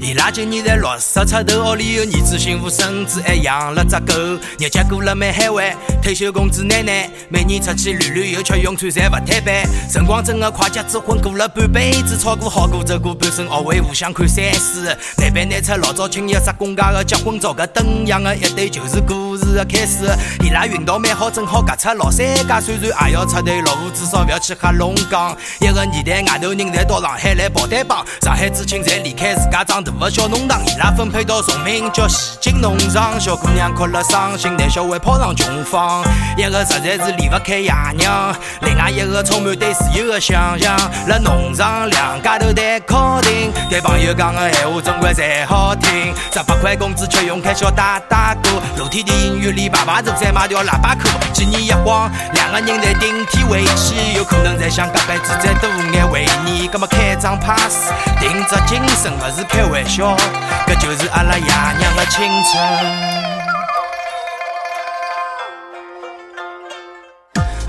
伊拉今年才六十出头，屋里有儿子、媳妇、孙哎子，还养了只狗，日脚过了蛮嗨玩。退休工资拿拿，每年出去旅旅游，吃用穿侪勿摊板。辰光啊真的快，结子婚过了半辈子，炒股好过走过半生，学会互相看山水。难办难出老早青一只公家的结婚照，搿灯样的一对就是啊故事的开始。伊拉运道蛮好，正好搿出老三家，虽然也要出队落户，至少勿要去黑龙江。一个年代外头人侪到上海来跑单帮，上海知青侪离开自家长大的小弄堂，伊拉分配到崇明叫西京农场，小姑娘哭了伤心，男小孩跑上穷芳。一个实在是离勿开爷娘，另外一个充满对自由的想象。辣农场两家头谈敲定，对朋友讲的闲话总归侪好听。十八块工资吃用开销打打过，露天电影院里排排坐再买条喇叭裤。几年一晃，两个人侪顶天回去，有可能侪想搿辈子再多眼回忆。葛末开张 pass，定只精神，勿是开玩笑，搿就是阿拉爷娘的青春。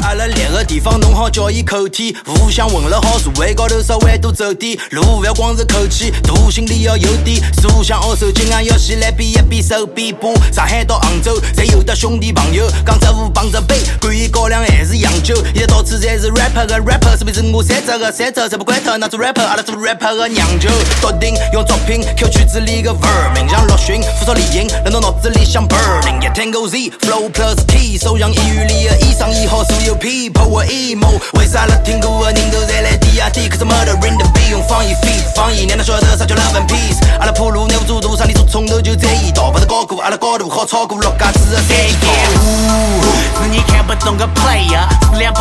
阿拉立个地方，弄好叫伊口天，互相混了好，座位高头稍微多走点路，勿要光是口气，肚心里要有底。互相学手经常要先来比一比手比把。上海到杭州，侪有得兄弟朋友，讲只舞碰只杯，管伊高粱还是洋酒。现在到处侪是 rapper 个 rapper，是不是我三只个三只，侪不管脱，那做 rapper，阿拉做 rapper 个娘舅。笃定用作品 Q 曲子里个 verb，冥想陆巡，复杂类型，辣侬脑子里想 burning。一 Tango Z flow plus key，收养医院里的医生医好所有 people 的 emo。为啥辣听歌的人都侪来 D R D？可是 murdering the beat 用方言 feed，方言让侬晓得啥叫 love and peace。阿拉铺路难不做大，啥里做从头就再一道，勿是高过阿拉高度好超过陆家嘴的山头。 don't a player，四两